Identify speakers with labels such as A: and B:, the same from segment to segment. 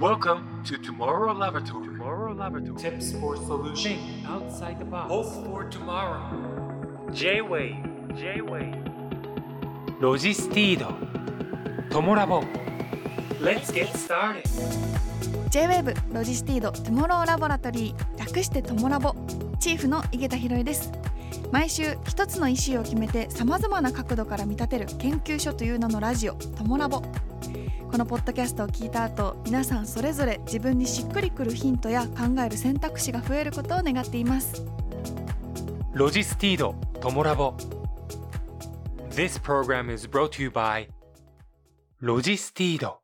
A: Welcome to Tomorrow Laboratory. Tomorrow Laboratory.
B: Tips for solution
A: outside the box.
B: Hope for tomorrow.
A: J-Way. J-Way.
B: ロジスティードトモラボ Let's get started
C: J-WAVE ロジスティードトゥモローラボラトリー略してトモラボチーフの井桁弘恵です毎週一つのイシューを決めてさまざまな角度から見立てる研究所という名のラジオトモラボこのポッドキャストを聞いた後皆さんそれぞれ自分にしっくりくるヒントや考える選択肢が増えることを願っています
B: ロジスティードトモラボ This program is brought to you by ロジスティード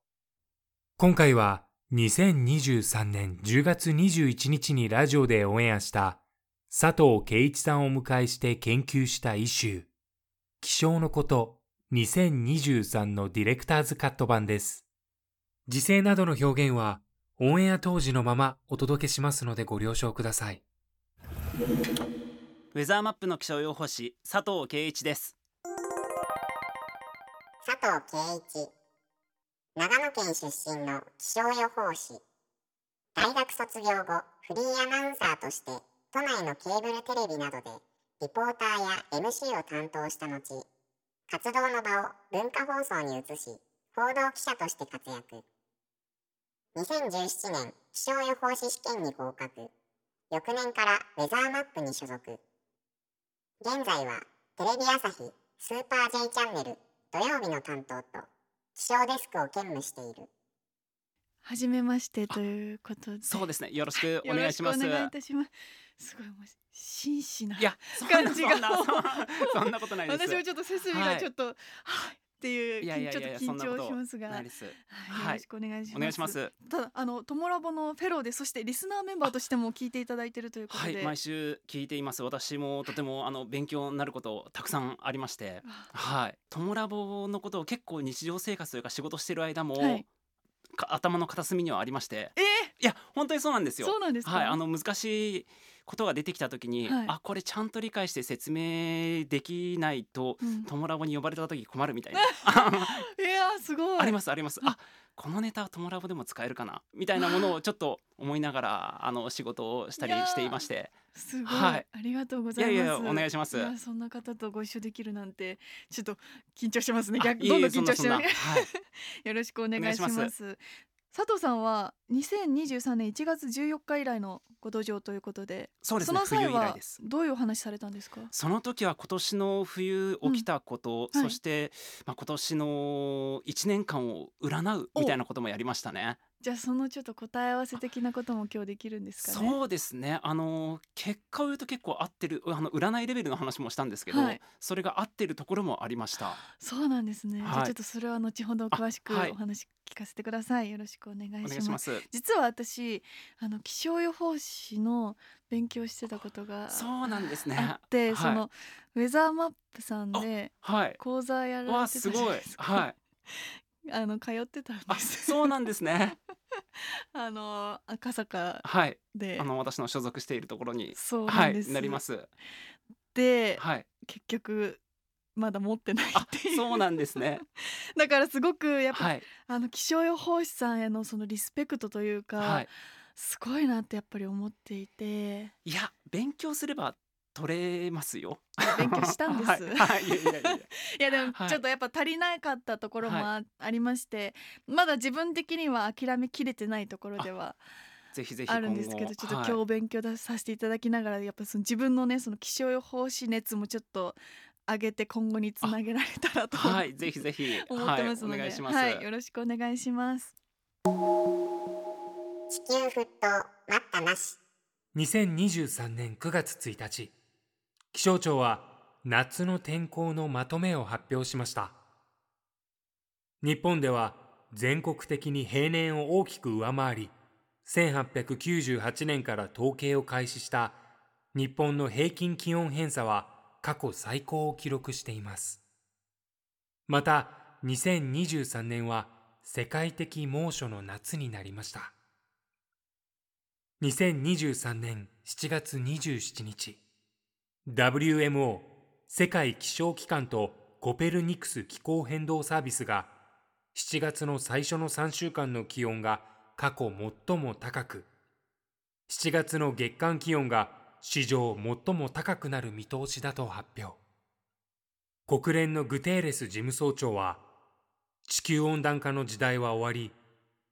B: 今回は2023年10月21日にラジオでオンエアした佐藤圭一さんをお迎えして研究したイシュー気象のこと2023のディレクターズカット版です時勢などの表現はオンエア当時のままお届けしますのでご了承ください
D: ウェザーマップの気象予報士佐藤圭一です
E: 佐藤圭一長野県出身の気象予報士大学卒業後フリーアナウンサーとして都内のケーブルテレビなどでリポーターや MC を担当した後活動の場を文化放送に移し報道記者として活躍2017年気象予報士試験に合格翌年からウェザーマップに所属現在はテレビ朝日スーパー J チャンネル土曜日の担当と気象デスクを兼務している
C: はじめましてということで
D: そうですねよろしくお
C: よ
D: 願
C: ろ
D: い
C: し
D: し
C: くお
D: ます
C: 願いいたしますすごいもう紳士ない
D: やそんな
C: 感じが
D: そんなそんなそんなことないです
C: 私もちょっと背筋
D: は
C: が
D: い
C: ちょっと、はい、っていう
D: いやいやい
C: ちょ
D: や
C: っ
D: い
C: と
D: や
C: 緊
D: そんなこ
C: 張
D: と
C: しますが
D: ないです
C: はい、
D: はい
C: よろしくお願いします。
D: お願いします
C: ただあのトモラボのフェローでそしてリスナーメンバーとしても聞いていただいているということ
D: は
C: で、
D: い毎週聞いています私もとてもあの勉強になることたくさんありまして
C: わあ
D: はいトモラボのことを結構日常生活というか仕事してる間も、
C: はい
D: か頭の片隅にはありまして
C: え
D: いや本当にそうなんです
C: ー、
D: よ
C: そうなんですか。
D: はい、あの難しいことが出てきた時に、
C: はい
D: あこれちゃんと理解して説明できないと
C: うん
D: トモラボに呼ばれた時困るみ たいな
C: いやーすごい。
D: ありますありますあこのネタはトモラボでも使えるかなみたいなものをちょっと思いながらあの仕事をしたりしていまして
C: すごい、
D: はい
C: ありがとうございます。
D: いやいやお願いします
C: やそんな方とご一緒できるなんてちょっと緊張しますね。
D: あ
C: 逆
D: いえい
C: ど
D: え
C: んどん緊張し
D: そん
C: て
D: な
C: ま
D: そんなはい
C: す。 よろしくお願いしま。
D: お願いします
C: 佐藤さんは2023年1月14日以来のご登場ということで、
D: そうです
C: そ
D: ね
C: の
D: 冬
C: 際
D: 以来
C: は
D: です
C: どういうお話されたんですか。
D: その時は今年の冬起きたこと、
C: うんはい
D: そして、まあ、今年の1年間を占うみたいなこともやりましたね。
C: じゃあそのちょっと答え合わせ的なことも今日できるんですかね。
D: そうですねあの結果を言うと結構合ってるあの占いレベルの話もしたんですけど、
C: はい
D: それが合ってるところもありました
C: そうなんですね。じゃ
D: は
C: あ
D: い
C: ちょっとそれは後ほど詳しく
D: あはい
C: お話聞かせてください。よろしくお願いし
D: お
C: ま
D: 願
C: す。
D: いします
C: 実は私あの気象予報士の勉強してたことが
D: そうなんですね
C: あって、
D: はい
C: そのウェザーマップさんで
D: はい
C: 講座やられて
D: わあ
C: た
D: す
C: じゃ
D: ご
C: ないで
D: はい
C: い、 あの通ってたん
D: あ
C: です。
D: そうなんですね
C: あの赤坂
D: はい
C: で
D: あの私の所属しているところに
C: そうな
D: は
C: んで
D: い
C: す。
D: なります
C: で、
D: はい
C: 結局まだ持ってないっ
D: あ
C: ていう
D: そうなんですね
C: だからすごくやっぱ、
D: はい
C: あの気象予報士さんへのそのリスペクトというか、
D: はい
C: すごいなってやっぱり思っていて
D: いや勉強すれば取れますよ
C: 勉強したんです。
D: はいはいいやいやいや
C: いやでも
D: はい
C: ちょっとやっぱ足りなかったところもあ,、りましてまだ自分的には諦めきれてないところでは
D: ぜひぜひ
C: あ
D: 今後
C: るんですけどちょっと今
D: はい
C: 日お勉強ださせていただきながらやっぱその自分のねその気象予報士熱もちょっと上げて今後につなげられたらと思,、
D: はい、ぜひぜひ、
C: 思ってますの
D: はい、お願
C: で
D: いします。
C: はいよろしくお願いします。
E: 地球沸騰待ったなし
B: 2023年9月1日気象庁は夏の天候のまとめを発表しました日本では全国的に平年を大きく上回り1898年から統計を開始した日本の平均気温偏差は過去最高を記録していますまた2023年は世界的猛暑の夏になりました2023年7月27日 WMO 世界気象機関とコペルニクス気候変動サービスが7月の最初の3週間の気温が過去最も高く7月の月間気温が史上最も高くなる見通しだと発表国連のグテーレス事務総長は地球温暖化の時代は終わり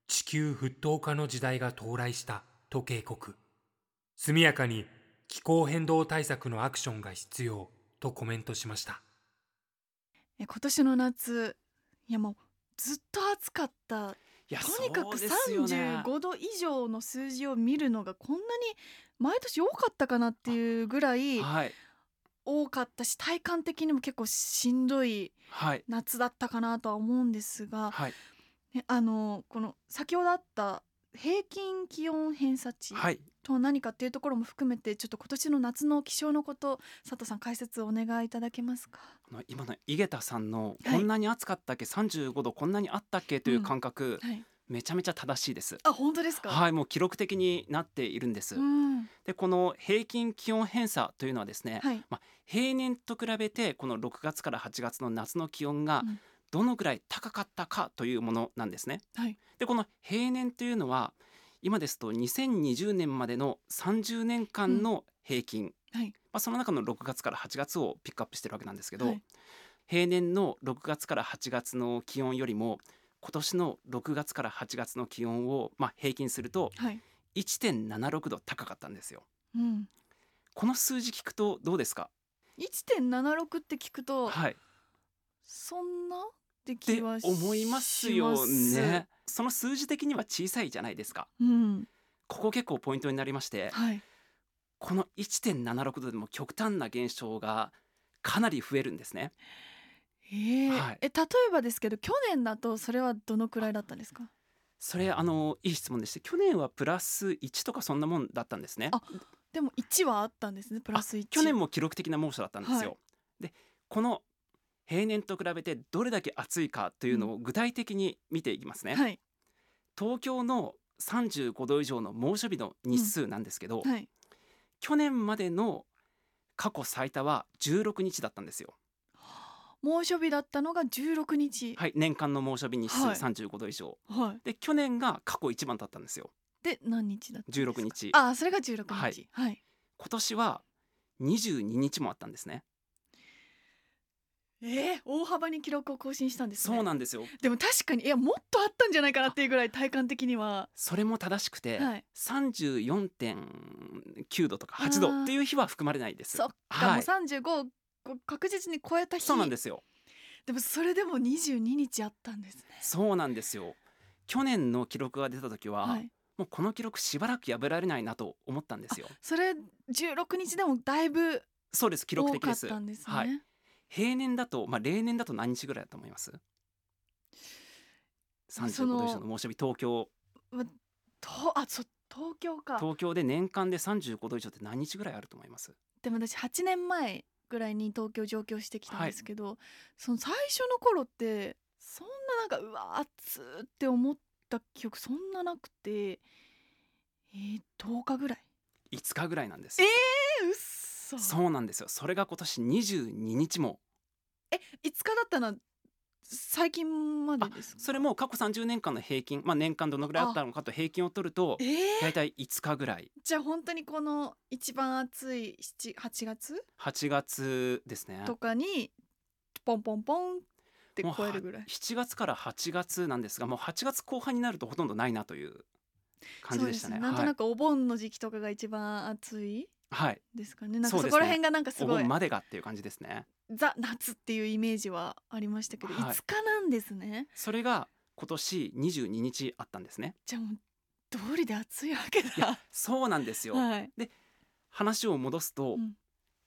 B: 地球沸騰化の時代が到来したと警告速やかに気候変動対策のアクションが必要とコメントしました
C: え今年の夏いやもうずっと暑かった
D: いや
C: とにかく
D: そうですよね
C: 35度以上の数字を見るのがこんなに毎年多かったかなっていうぐらい
D: はい
C: 多かったし体感的にも結構しんどい
D: はい
C: 夏だったかなとは思うんですが、
D: はい
C: ね、あのこの先ほどあった平均気温偏差値
D: はい
C: とは何かっていうところも含めてちょっと今年の夏の気象のこと佐藤さん解説をお願いいただけますか。
D: あの今の井桁さんの、
C: はい
D: こんなに暑かったっけ35度こんなにあったっけという感覚、
C: はい、
D: めちゃめちゃ正しいです
C: あ本当ですか、
D: はいもう記録的になっているんです、
C: うん
D: でこの平均気温偏差というのはですね、
C: はい、
D: 平年と比べてこの6月から8月の夏の気温が
C: うん
D: どのくらい高かったかというものなんですね。
C: はい
D: でこの平年というのは今ですと2020年までの30年間の平均、
C: はい
D: まあ、その中の6月から8月をピックアップしてるわけなんですけど、
C: はい
D: 平年の6月から8月の気温よりも今年の6月から8月の気温をまあ平均すると
C: はい
D: 1.76度高かったんですよ。
C: うん、
D: この数字聞くとどうですか、
C: 1.76って聞くと、
D: はい、
C: そんなって
D: っ
C: 気
D: て
C: はし
D: 思いますよ
C: しま
D: ね
C: す。
D: その数字的には小さいじゃないですか。
C: うん、
D: ここ結構ポイントになりまして、
C: はい、
D: この1.76度でも極端な現象がかなり増えるんですね。
C: えー
D: はい
C: え例えばですけど去年だとそれはどのくらいだったんですか
D: それあのいい質問でして去年はプラス1とかそんなもんだったんですね
C: あ。でも1はあったんですねプラス1
D: 去年も記録的な猛暑だったんですよ。
C: は
D: でこの平年と比べてどれだけ暑いかというのを具体的に見ていきますね。
C: はい
D: 東京の35度以上の猛暑日の日数なんですけど、
C: はい
D: 去年までの過去最多は16日だったんですよ。
C: 猛暑日だったのが16日
D: はい、年間の猛暑日日数
C: はい
D: 35度以上、
C: はい、
D: で去年が過去一番だったんですよ。
C: で何日だったんですか
D: 16日
C: あそれが16日
D: は
C: はい
D: い、今年は22日もあったんですね。
C: えー大幅に記録を更新したんですね
D: そうなんですよ。
C: でも確かにいやもっとあったんじゃないかなっていうぐらい体感的には
D: それも正しくて、
C: はい
D: 34.9度とか8
C: あー
D: 度っていう日は含まれないです。
C: そっか、
D: は
C: も
D: い、
C: う35を確実に超えた日
D: そうなんですよ。
C: でもそれでも22日あったんですね
D: そうなんですよ。去年の記録が出た時は、
C: はい
D: もうこの記録しばらく破られないなと思ったんですよ。
C: それ16日でもだいぶ
D: そうです記録
C: 多
D: 的
C: か
D: で
C: っ
D: す。
C: たんですね。
D: はい、平年だと、まあ、例年だと何日ぐらいだと思います
C: そ
D: ?35
C: の
D: 度以上の猛暑日東京
C: とあそう東京か
D: 東京で年間で35度以上って何日ぐらいあると思います
C: でも私8年前ぐらいに東京上京してきたん
D: はい
C: ですけど、その最初の頃ってそんななんかうわ暑ーって思った記憶そんななくてえー、10日ぐらい
D: ?5 日ぐらいなんです
C: ええうっそ
D: そうなんですよそれが今年22日も
C: え5日だったのは最近まで
D: あ
C: ですか
D: それも過去30年間の平均、まあ、年間どのぐらいあったのかと平均を取ると
C: えー、
D: 大体5日ぐらい
C: じゃあ本当にこの一番暑い7 8月
D: 8月ですね
C: とかにポンポンポンって超えるぐらい
D: 7月から8月なんですがもう8月後半になるとほとんどないなという感じでしたね
C: そうですなんと
D: は、
C: ないくお盆の時期とかが一番暑い
D: はい、
C: ですかね。なんか
D: そう
C: そ
D: ですね
C: こら辺がなんかす
D: お
C: ごい、
D: 盆までがっていう感じですね
C: ザ夏っていうイメージはありましたけど、
D: はい
C: 5日なんですね。
D: それが今年22日あったんですね
C: じゃあもう通りで暑いわけ
D: いや
C: だ。
D: そうなんですよ、
C: はい。
D: 話を戻す
C: う
D: と、
C: ん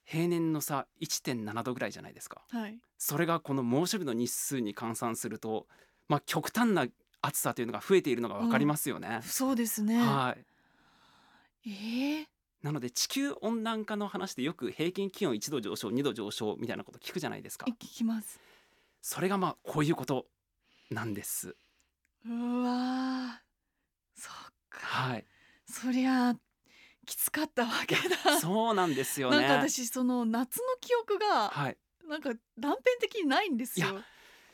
D: 平年の差1.7度ぐらいじゃないですか
C: はい。
D: それがこの猛暑日の日数に換算すると、まあ、極端な暑さというのが増えているのが分かりますよね。
C: そうですね。
D: はい
C: えー
D: なので地球温暖化の話でよく平均気温1度上昇2度上昇みたいなこと聞くじゃないですか
C: え聞きます。
D: それがまあこういうことなんです
C: うわーそっか。
D: はい
C: そりゃきつかったわけだ。
D: そうなんですよね
C: なんか私その夏の記憶が
D: はい
C: なんか断片的にないんですよ。
D: いや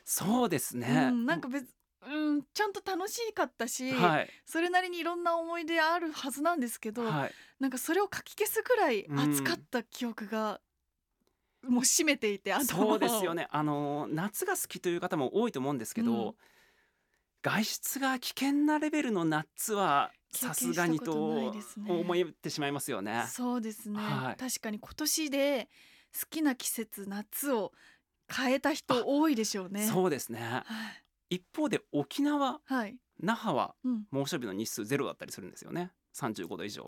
D: そうですね、
C: うん、なんか別うん、ちゃんと楽しかったし、
D: はい
C: それなりにいろんな思い出あるはずなんですけど、
D: はい
C: なんかそれをかき消すくらい熱かった記憶が、もう占めていて頭を
D: そうですよねあの夏が好きという方も多いと思うんですけど、
C: うん
D: 外出が危険なレベルの夏は
C: 経験
D: さすがに
C: したことない
D: と
C: ですね
D: 思ってしまいますよね。
C: そうですね、
D: はい
C: 確かに今年で好きな季節夏を変えた人多いでしょうね
D: そうですね
C: はい
D: 一方で沖縄
C: はい、
D: 那覇は
C: うん、
D: 猛暑日の日数ゼロだったりするんですよね35度以上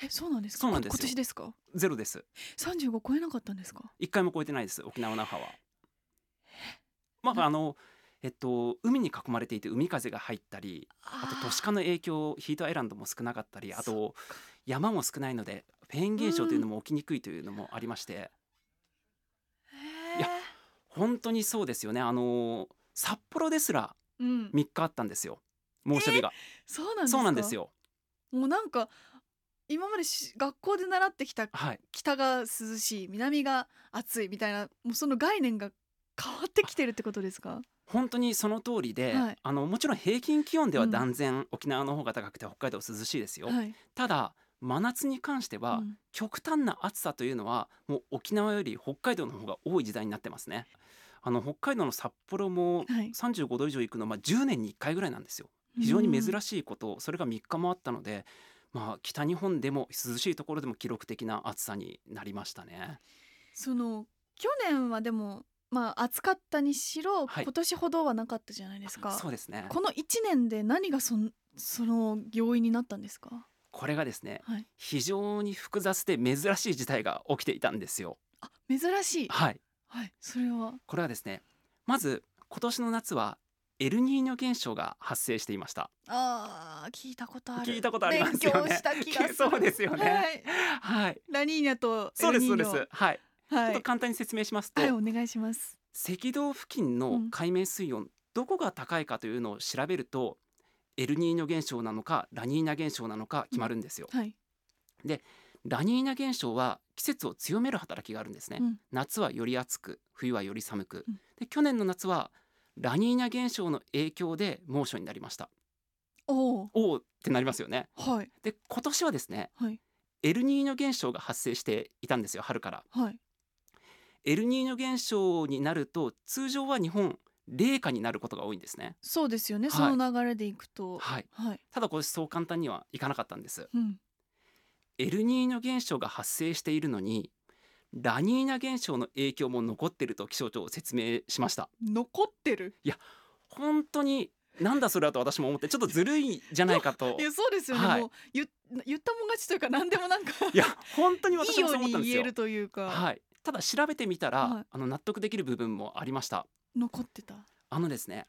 C: えそうなんですか
D: そうなんですよ
C: こ今年ですか
D: ゼロです
C: 35超えなかったんですか
D: 一回も超えてないです沖縄那覇はまあ
C: な
D: あのえっと海に囲まれていて海風が入ったりあ
C: あ
D: と都市化の影響ヒートアイランドも少なかったりあと山も少ないのでフェーン現象というのも起きにくいというのもありまして、
C: ー
D: いや本当にそうですよねあの札幌ですら
C: うん、
D: 3日あったんですよ猛暑日が、
C: そうなんですか
D: そうなんですよ
C: もうなんか今までし学校で習ってきた
D: はい
C: 北が涼しい南が暑いみたいなもうその概念が変わってきてるってことですか
D: 本当にその通りで、
C: はい
D: あのもちろん平均気温では
C: うん
D: 断然、沖縄の方が高くて北海道涼しいですよ、
C: はい、
D: ただ真夏に関しては、
C: うん
D: 極端な暑さというのはもう沖縄より北海道の方が多い時代になってますねあの北海道の札幌も
C: はい
D: 35度以上行くのはまあ10年に1回ぐらいなんですよ非常に珍しいこと、それが3日もあったのでまあ北日本でも涼しいところでも記録的な暑さになりましたね
C: その去年はでもまあ暑かったにしろ、
D: はい
C: 今年ほどはなかったじゃないですか
D: そうですね
C: この1年で何がそんその要因になったんですか
D: これがですね
C: はい
D: 非常に複雑で珍しい事態が起きていたんですよ
C: あ珍しい
D: はい
C: はいそれは
D: これはですねまず今年の夏はエルニーニョ現象が発生していました
C: あー聞いたことある
D: 聞いたことありますよね
C: 勉強した気がする
D: そうですよね
C: はい、
D: はい
C: ラニーニャと
D: そうです
C: エ
D: そ
C: ルニ
D: うで
C: ーニョ
D: すはい、
C: は
D: ちょっ
C: い
D: と簡単に説明しますと、
C: はいお願いします
D: 赤道付近
C: う
D: の
C: ん
D: 海面水温、どこが高いかというのを調べるとエルニーニョ現象なのかラニーニャ現象なのか決まるんですよ、
C: はい
D: ラニーニャ現象は季節を強める働きがあるんですね、
C: うん
D: 夏はより暑く冬はより寒く、
C: うん
D: で去年の夏はラニーニャ現象の影響で猛暑になりました
C: おお
D: おおってなりますよね
C: はい
D: で今年はですね
C: はい
D: エルニーニョ現象が発生していたんですよ春から
C: はい
D: エルニーニョ現象になると通常は日本冷夏になることが多いんですね
C: そうですよね、
D: はい
C: その流れでいくと
D: はい
C: はい、
D: ただこれそう簡単にはいかなかったんです
C: うん、
D: エルニーニョ現象が発生しているのにラニーニャ現象の影響も残っていると気象庁説明しました
C: 残ってる
D: 本当になんだそれはと私も思ってちょっとずるいじゃないか と
C: いやそうですよね、
D: はい
C: もう言言ったもん勝ちというか何でもなんか
D: いや本当に
C: いい
D: 私
C: よ
D: もそう
C: う
D: 思ったん
C: に
D: で
C: 言
D: す
C: え
D: よ
C: るというか、
D: はいただ調べてみたら、
C: はい
D: あの納得できる部分もありました
C: 残ってた
D: あのですね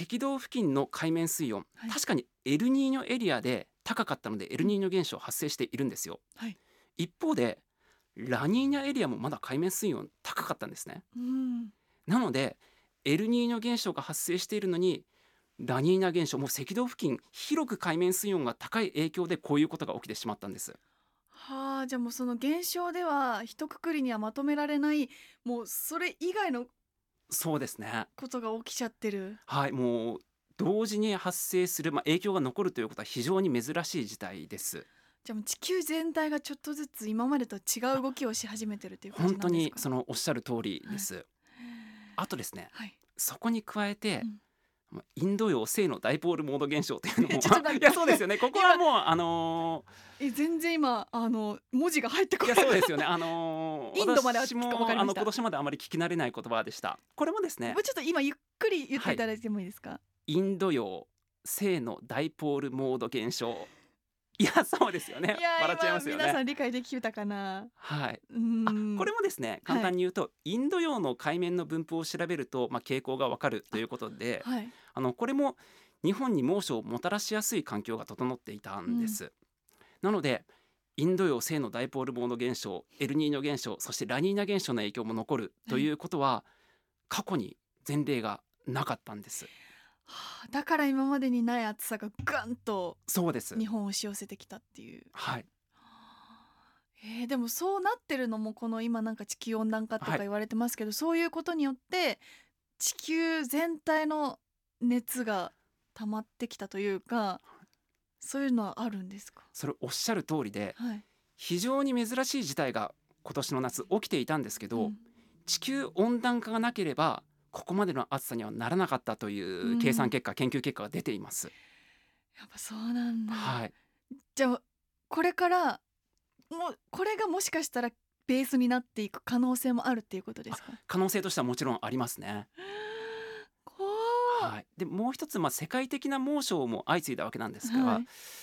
D: 赤道付近の海面水温、
C: はい
D: 確かにエルニーニョエリアで高かったのでエルニーニョ現象発生しているんですよ、
C: はい
D: 一方でラニーニャエリアもまだ海面水温高かったんですね
C: うん
D: なのでエルニーニョ現象が発生しているのにラニーニャ現象もう赤道付近広く海面水温が高い影響でこういうことが起きてしまったんです
C: はあじゃあもうその現象では一括りにはまとめられないもうそれ以外の
D: そうですね
C: ことが起きちゃってる
D: はいもう同時に発生する、まあ、影響が残るということは非常に珍しい事態です
C: じゃあもう地球全体がちょっとずつ今までとは違う動きをし始めてるという感じ
D: 本
C: な
D: 当
C: んです
D: に
C: か
D: そのおっしゃる通りです、あとですね
C: はい
D: そこに加えて、
C: うん
D: まあインド洋性のダイポールモード現象というの も
C: ちょっと待って
D: いやそうですよねここはもうあの
C: え全然今あの文字が入って
D: ー
C: こ
D: い
C: な
D: や
C: い
D: そうですよねあの ー
C: インドまでは
D: 私も
C: 聞くか分かりま
D: あ
C: し
D: の
C: た
D: 今年まであまり聞き慣れない言葉でしたこれもですね
C: もうちょっと今ゆっくり言っていただいてもいいですか、
D: インド洋性のダイポールモード 現象いやそうですよね
C: いやー
D: 笑っちゃいますよ
C: 今皆さ
D: ね
C: ん理解できたかな。
D: はいあ
C: うん。
D: これもですね簡単に言うと、インド洋の海面の分布を調べると、まあ、傾向がわかるということで
C: はい。
D: あのこれも日本に猛暑をもたらしやすい環境が整っていたんです、なのでインド洋性のダイポールモード現象エルニーニョ現象そしてラニーニャ現象の影響も残るということは、過去に前例がなかったんです
C: はあだから今までにない暑さがガンと
D: そうです
C: 日本を押し寄せてきたっていう。
D: はい
C: えーでもそうなってるのもこの今なんか地球温暖化とか
D: はい
C: 言われてますけど、そういうことによって地球全体の熱が溜まってきたというかそういうのはあるんですか
D: それおっしゃる通りで
C: はい
D: 非常に珍しい事態が今年の夏起きていたんですけど、
C: うん
D: 地球温暖化がなければここまでの暑さにはならなかったといううん計算結果、研究結果が出ています。
C: やっぱそうなんだ、
D: はい、
C: じゃあこれからもうこれがもしかしたらベースになっていく可能性もあるっていうことですか
D: 可能性としてはもちろんありますね。
C: 怖い
D: はい、でもう一つ、まあ、世界的な猛暑も相次いだわけなんですが、
C: はい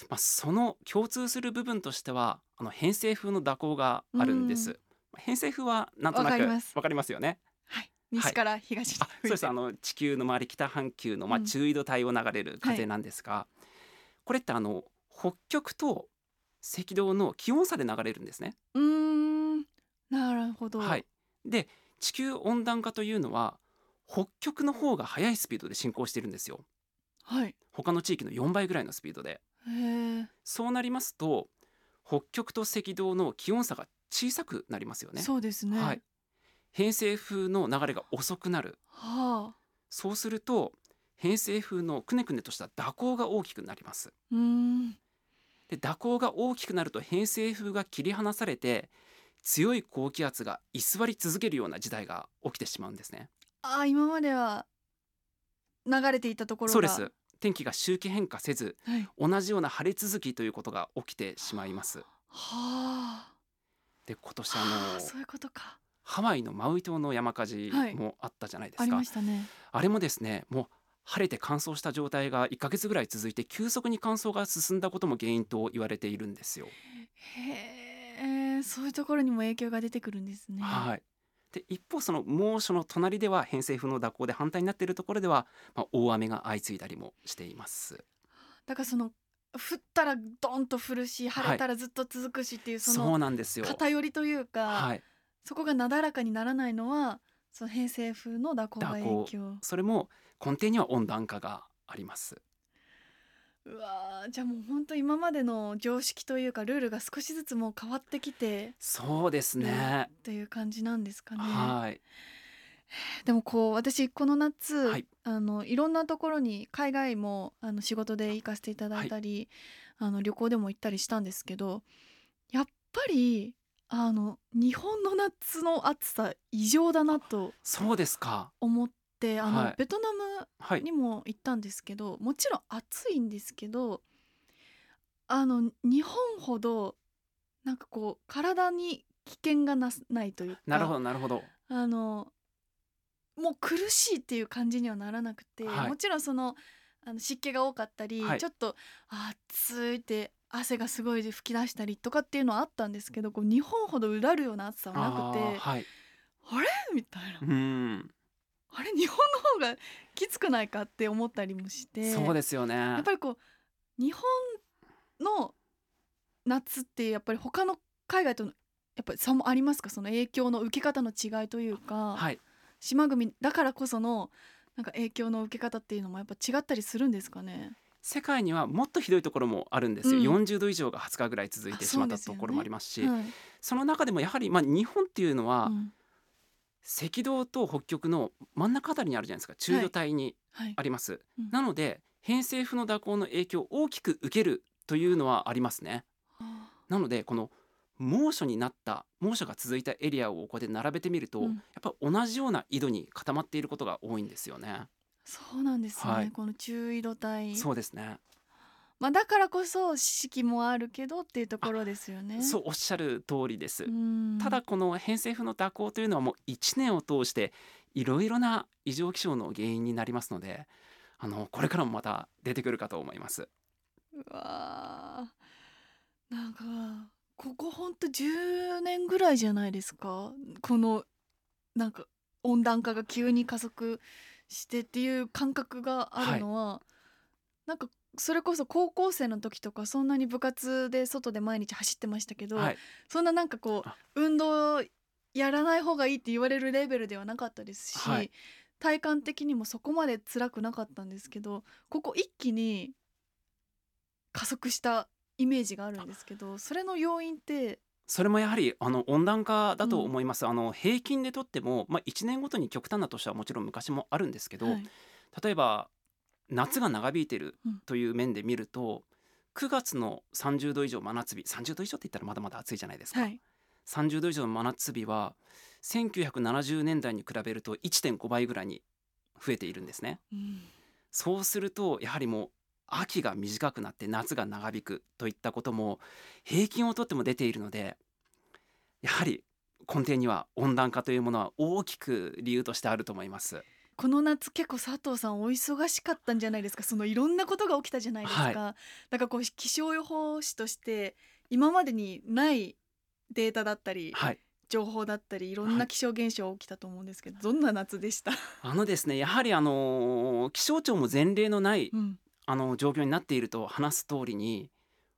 D: まあ、その共通する部分としてはあの偏西風の蛇行があるんです。偏西風はなんとなく
C: わかります
D: わかりますよね。
C: はい西から東に
D: あそう
C: 吹
D: で
C: いて
D: すあの地球の周り北半球の、まあ、
C: うん
D: 中緯度帯を流れる風なんですが、これってあの北極と赤道の気温差で流れるんですね。
C: うーんなるほど
D: はい、で地球温暖化というのは北極の方が速いスピードで進行してるんですよ
C: はい
D: 他の地域の4倍ぐらいのスピードで
C: へえ、
D: そうなりますと北極と赤道の気温差が小さくなりますよね
C: そうですね
D: はい、偏西風の流れが遅くなる
C: はあ
D: そうすると偏西風のくねくねとした蛇行が大きくなります
C: うーん
D: で蛇行が大きくなると偏西風が切り離されて強い高気圧が居座り続けるような事態が起きてしまうんですね
C: あー今までは流れていたところが
D: そうです天気が周期変化せず
C: はい、は
D: 同じような晴れ続きということが起きてしまいます
C: あ
D: で今年あ
C: はあ
D: の
C: そういうことか
D: ハワイのマウイ島の山火事
C: はい
D: もあったじゃないで
C: あ
D: す
C: り
D: か、
C: ましたね
D: あれもですねもう晴れて乾燥した状態が1ヶ月ぐらい続いて急速に乾燥が進んだことも原因と言われているんですよ、
C: へえそういうところにも影響が出てくるんですね
D: はいで一方その猛暑の隣では偏西風の蛇行で反対になっているところでは、まあ、大雨が相次いだりもしています
C: だからその降ったらドンと降るし晴れたらずっと続くしっていうそ
D: そう
C: の
D: なんですよ
C: 偏りというか、
D: はい
C: そこがなだらかにならないのはその偏西風の蛇行が影
D: 蛇
C: 響
D: それも根底には温暖化があります
C: うわーじゃあもう本当今までの常識というかルールが少しずつもう変わってきて
D: そうですね。
C: っていう感じなんですかね。
D: はい。
C: でもこう私この夏、
D: はい
C: い、あのいろんなところに海外もあの仕事で行かせていただいたり、あの旅行でも行ったりしたんですけどやっぱりあの日本の夏の暑さ異常だなと
D: そうですか。
C: 思ってあの、
D: はい
C: ベトナム
D: はい。
C: にも行ったんですけどもちろん暑いんですけどあの日本ほどなんかこう体に危険がなすないというか
D: なるほど、なるほど。
C: あのもう苦しいっていう感じにはならなくて、
D: はい
C: もちろんそのあの湿気が多かったり、
D: はい
C: ちょっとあ暑いって汗がすごいで吹き出したりとかっていうのはあったんですけどこう日本ほどうだるような暑さはなくて
D: ーはい。
C: あれみたいな
D: うーん。
C: あれ日本の方がきつくないかって思ったりもして
D: そうですよね。
C: やっぱりこう日本の夏ってやっぱり他の海外とのやっぱり差もありますかその影響の受け方の違いというか、
D: はい。
C: 島国だからこそのなんか影響の受け方っていうのもやっぱ違ったりするんですかね。
D: 世界にはもっとひどいところもあるんですよ。
C: うん
D: 40度以上が20日ぐらい続いてしまった
C: あそうです
D: と
C: よね
D: ころもありますし、そ
C: はい
D: の中でもやはりまあ日本っていうのは、
C: うん
D: 赤道と北極の真ん中あたりにあるじゃないですか。中度帯に
C: はい
D: あります。
C: うん
D: なので偏西風の蛇行の影響を大きく受けるというのはありますね。
C: あ
D: なのでこの猛暑になった猛暑が続いたエリアをここで並べてみると、
C: うん
D: やっぱ同じような緯度に固まっていることが多いんですよね。
C: そうなんですね、
D: はい
C: この中緯度帯、
D: そうですね。
C: まあ、だからこそ四季もあるけどっていうところですよね。
D: そうおっしゃる通りです。
C: うん
D: ただこの偏西風の蛇行というのはもう一年を通していろいろな異常気象の原因になりますので、あのこれからもまた出てくるかと思います。
C: うわーなんかここほんと10年ぐらいじゃないですかこのなんか温暖化が急に加速してっていう感覚があるのは、なんかそれこそ高校生の時とかそんなに部活で外で毎日走ってましたけど、
D: はい。
C: そんななんかこ
D: あ
C: う運動やらない方がいいって言われるレベルではなかったですし、
D: はい
C: 体感的にもそこまで辛くなかったんですけどここ一気に加速したイメージがあるんですけどそれの要因って
D: それもやはりあの温暖化だと思います。あの平均でとってもまあ一年ごとに極端な年はもちろん昔もあるんですけど、
C: はい
D: 例えば夏が長引いてる
C: うん
D: という面で見ると9月の30度以上真夏日30度以上って言ったらまだまだ暑いじゃないですか、
C: はい
D: 30度以上の真夏日は1970年代に比べると1.5倍ぐらいに増えているんですね。
C: うん
D: そうするとやはりもう秋が短くなって夏が長引くといったことも平均をとっても出ているのでやはり根底には温暖化というものは大きく理由としてあると思います。
C: この夏結構佐藤さんお忙しかったんじゃないですかそのいろんなことが起きたじゃないですか、
D: はい
C: だからこう気象予報士として今までにないデータだったり
D: はい、
C: 情報だったりいろんな気象現象起きたと思うんですけど、どんな夏でした、
D: あのですねやはりあの気象庁も前例のない
C: うん
D: あの状況になっていると話す通りに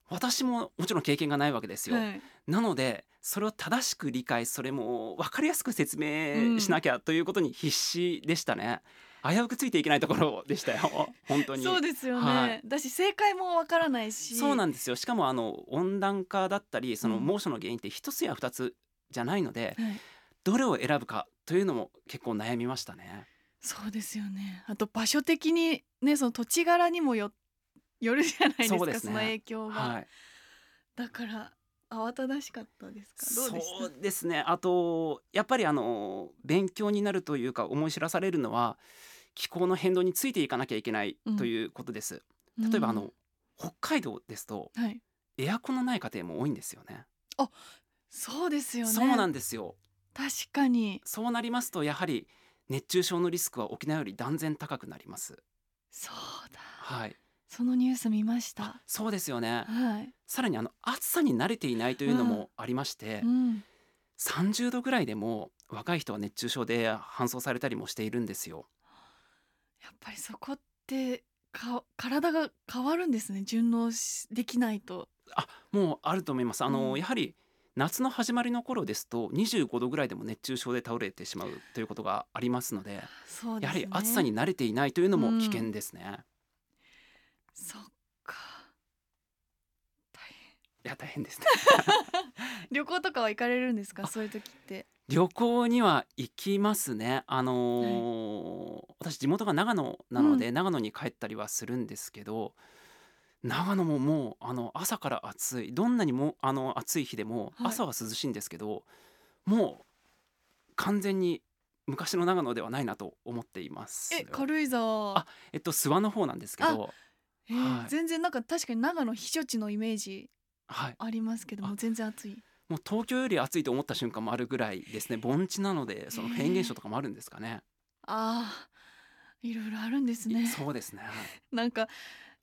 D: 私ももちろん経験がないわけですよ。
C: はい
D: なのでそれを正しく理解それも分かりやすく説明しなきゃということに必死でしたね、危うくついていけないところでしたよ 本当に
C: そうですよね、
D: はい
C: だし正解もわからないし
D: そうなんですよしかもあの温暖化だったりその
C: うん
D: 猛暑の原因って一つや二つじゃないので、
C: はい
D: どれを選ぶかというのも結構悩みましたね
C: そうですよねあと場所的にねその土地柄にもよよるじゃないですかそ,、
D: そうですね
C: の影響が、
D: はい
C: だから慌ただしかったですかどうでした
D: そうですねあとやっぱりあの勉強になるというか思い知らされるのは気候の変動についていかなきゃいけないということです、例えばあの、
C: うん
D: 北海道ですと
C: はい、
D: エアコンのない家庭も多いんですよね
C: そうですよね
D: そうなんですよ
C: 確かに
D: そうなりますとやはり熱中症のリスクは沖縄より断然高くなります
C: そうだ
D: はい
C: そのニュース見ました
D: そうですよね
C: はい、
D: さらにあの暑さに慣れていないというの
C: う
D: もありまして、
C: うん、
D: 30度ぐらいでも若い人は熱中症で搬送されたりもしているんですよ
C: やっぱりそこってか体が変わるんですね順応しできないと
D: もうあると思いますあの、
C: うん
D: やはり夏の始まりの頃ですと25度ぐらいでも熱中症で倒れてしまうということがありますので
C: そうで
D: や
C: す
D: は
C: ね
D: り暑さに慣れていないというのも危険ですね、
C: そっか大変
D: いや大変ですね
C: 旅行とかは行かれるんですかそういう時って
D: 旅行には行きますねあのー私地元が長野なので、長野に帰ったりはするんですけど長野ももうあの朝から暑いどんなにもあの暑い日でも
C: はい
D: 朝は涼しいんですけど、もう完全に昔の長野ではないなと思っています
C: え軽井沢
D: あえっと諏訪の方なんですけど
C: えー
D: はい
C: 全然なんか確かに長野避暑地のイメージ
D: はい
C: ありますけども全然暑い
D: もう東京より暑いと思った瞬間もあるぐらいですね盆地なのでそのフェーン現象とかもあるんですかね、
C: あーいろいろあるんですね
D: そうですね
C: なんか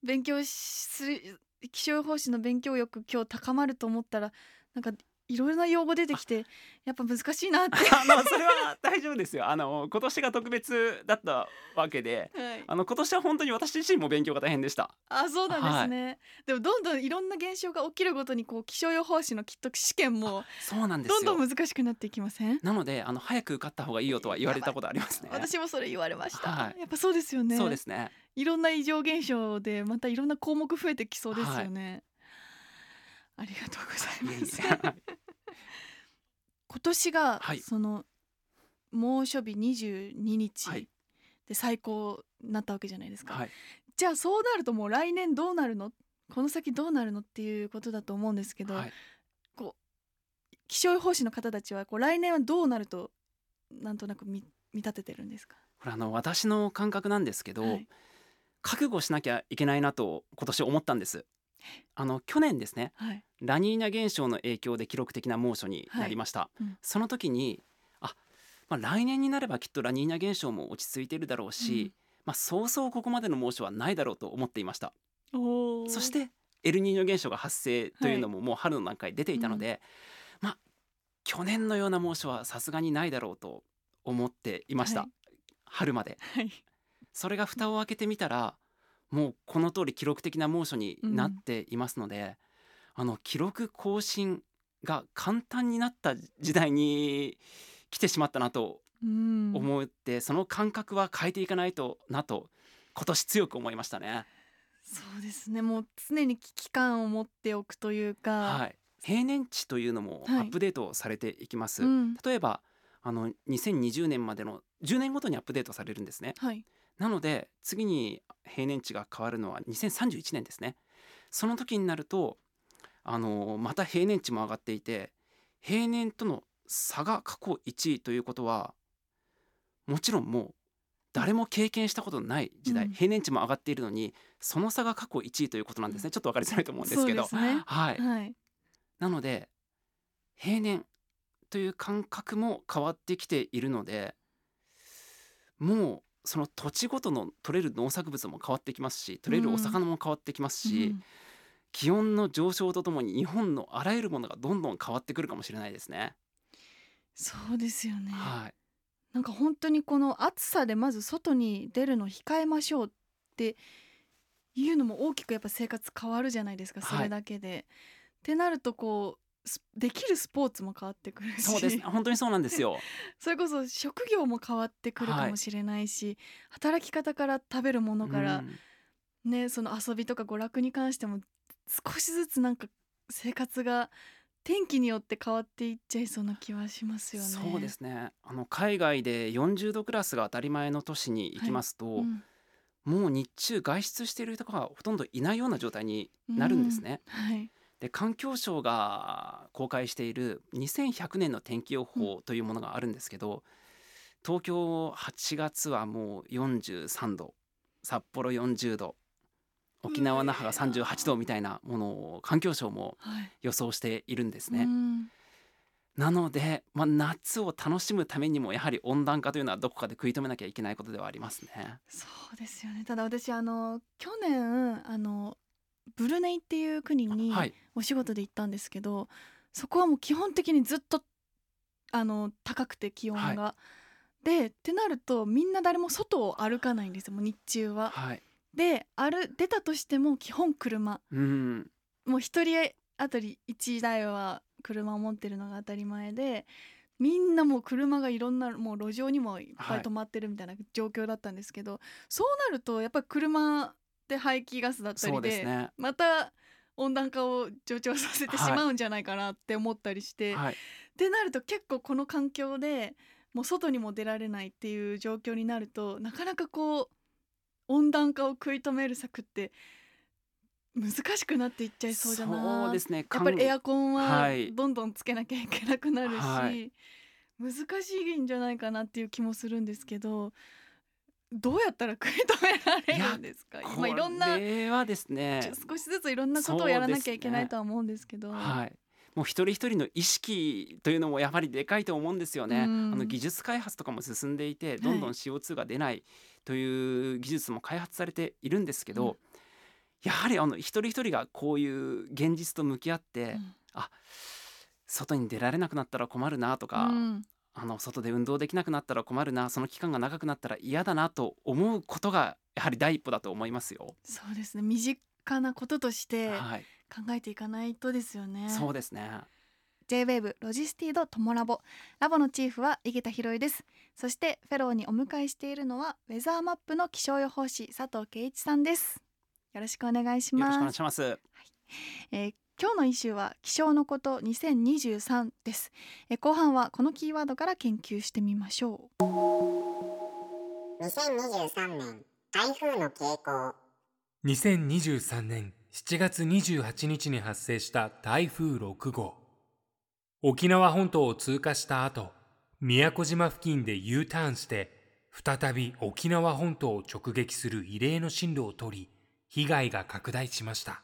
C: 勉強しする気象予報士の勉強欲今日高まると思ったらなんかいろいろな用語出てきてやっぱ難しいなって、
D: あのそれは大丈夫ですよ。あの今年が特別だったわけで、
C: はい、
D: あの今年は本当に私自身も勉強が大変でした。
C: あそうなんですね、でもどんどんいろんな現象が起きるごとにこう気象予報士のきっと試験も
D: そうなんです
C: ど
D: よ。
C: んどん難しくなっていきません
D: なのであの早く受かった方がいいよとは言われたことありますね。
C: 私もそれ言われました、
D: はい
C: やっぱそうですよね
D: そうですね。
C: いろんな異常現象でまたいろんな項目増えてきそうですよね、ありがとうございます
D: いえいえ
C: 今年が、
D: はい
C: その猛暑日22日
D: はい
C: で最高になったわけじゃないですか、
D: はい。
C: じゃあそうなるともう来年どうなるのこの先どうなるのっていうことだと思うんですけど、
D: はい。
C: 気象予報士の方たちはこう来年はどうなるとなんとなく見見立ててるんですか
D: これあの私の感覚なんですけど、
C: はい
D: 覚悟しなきゃいけないなと今年思ったんです。あの去年ですね、
C: はい、
D: ラニーニャ現象の影響で記録的な猛暑になりました、
C: いうん
D: その時にあ、まあ、来年になればきっとラニーニャ現象も落ち着いているだろうし、
C: うん
D: まあ、そうそうここまでの猛暑はないだろうと思っていました
C: おー
D: そしてエルニーニョ現象が発生というのももう春の段階出ていたので、まあ去年のような猛暑はさすがにないだろうと思っていました、
C: はい
D: 春まで
C: はい
D: それが蓋を開けてみたらもうこの通り記録的な猛暑になっていますので、あの記録更新が簡単になった時代に来てしまったなと
C: うん
D: 思って、その感覚は変えていかないとなと今年強く思いましたね。
C: そうですねもう常に危機感を持っておくというか、
D: はい、平年値というのもア
C: はい
D: ップデートされていきます。
C: うん
D: 例えばあの2020年までの10年ごとにアップデートされるんですね。
C: はい、
D: なので次に平年値が変わるのは2031年ですね。その時になるとあのまた平年値も上がっていて平年との差が過去1位ということはもちろんもう誰も経験したことのない時代、
C: うん
D: 平年値も上がっているのにその差が過去1位ということなんですねちょっと分かりづらいと思うんですけど
C: そうですね
D: はい、
C: はい。
D: なので平年という感覚も変わってきているのでもうその土地ごとの取れる農作物も変わってきますし取れるお魚も変わってきますし、
C: うん
D: 気温の上昇とともに日本のあらゆるものがどんどん変わってくるかもしれないですね。
C: そうですよね。
D: はい、
C: なんか本当にこの暑さでまず外に出るの控えましょうっていうのも大きくやっぱ生活変わるじゃないですか
D: はい
C: それだけで。ってなるとこうスできるスポーツも変わってくるし
D: そうです ね本当にそうなんですよ。
C: それこそ職業も変わってくるかもしれないし、働き方から食べるものから
D: う、ん
C: ねその遊びとか娯楽に関しても少しずつなんか生活が天気によって変わっていっちゃいそうな気はしますよね。
D: そうですねあの海外で40度クラスが当たり前の都市に行きますと、
C: うん
D: もう日中外出している人がほとんどいないような状態になるんですね。
C: うんはい
D: で環境省が公開している2100年の天気予報というものがあるんですけど、東京8月はもう43度札幌40度沖縄那覇が38度みたいなものを環境省も
C: はい
D: 予想しているんですね。
C: うん
D: なので、まあ、夏を楽しむためにもやはり温暖化というのはどこかで食い止めなきゃいけないことではありますね。
C: そうですよねただ私あの去年あのブルネイっていう国に
D: はい、
C: お仕事で行ったんですけど、そこはもう基本的にずっとあの高くて気温が。でってなるとみんな誰も外を歩かないんですよもう日中は。
D: はい、
C: で歩出たとしても基本車
D: うん
C: もう一人当たり1台は車を持ってるのが当たり前でみんなもう車がいろんなもう路上にもいっぱ
D: はいい
C: 止まってるみたいな状況だったんですけど、そうなるとやっぱり車で排気ガスだった
D: そ
C: り
D: う
C: で
D: ですね。
C: また温暖化を助長させて
D: はい
C: しまうんじゃないかなって思ったりして、
D: はい、
C: ってなると結構この環境でもう外にも出られないっていう状況になるとなかなかこう温暖化を食い止める策って難しくなっていっちゃいそうじゃない
D: そうですね。
C: やっぱりエアコンは
D: はい
C: どんどんつけなきゃいけなくなるし、
D: はい
C: 難しいんじゃないかなっていう気もするんですけどどうやったら食い止められるんですか今いろんな
D: これはですね
C: ちょ少しずついろんなことをやらなきゃいけな
D: そう
C: い
D: ですね
C: とは思うんですけど。
D: はいもう一人一人の意識というのもやはりでかいと思うんですよね。あ
C: うん
D: の技術開発とかも進んでいてどんどん
C: はい
D: CO2 が出ないという技術も開発されているんですけど、
C: うん
D: やはりあの一人一人がこういう現実と向き合って、
C: うん
D: 外に出られなくなったら困るなとか、
C: うん
D: あの外で運動できなくなったら困るなその期間が長くなったら嫌だなと思うことがやはり第一歩だと思いますよ。
C: そうですね身近なこととして
D: はい、
C: 考えていかないとですよね。
D: そうですね。
C: J-WAVE ロジスティドトモラボラボのチーフは井桁弘恵ですそしてフェローにお迎えしているのはウェザーマップの気象予報士佐藤圭一さんですよろしくお願いし
D: よろ
C: ま
D: し
C: す
D: くお願いします。
C: えー今日の一週は気象のこと2023です、えー後半はこのキーワードから研究してみましょう
E: 2023年台風の傾向
B: 2023年7月28日に発生した台風6号沖縄本島を通過した後宮古島付近で U ターンして再び沖縄本島を直撃する異例の進路を取り被害が拡大しました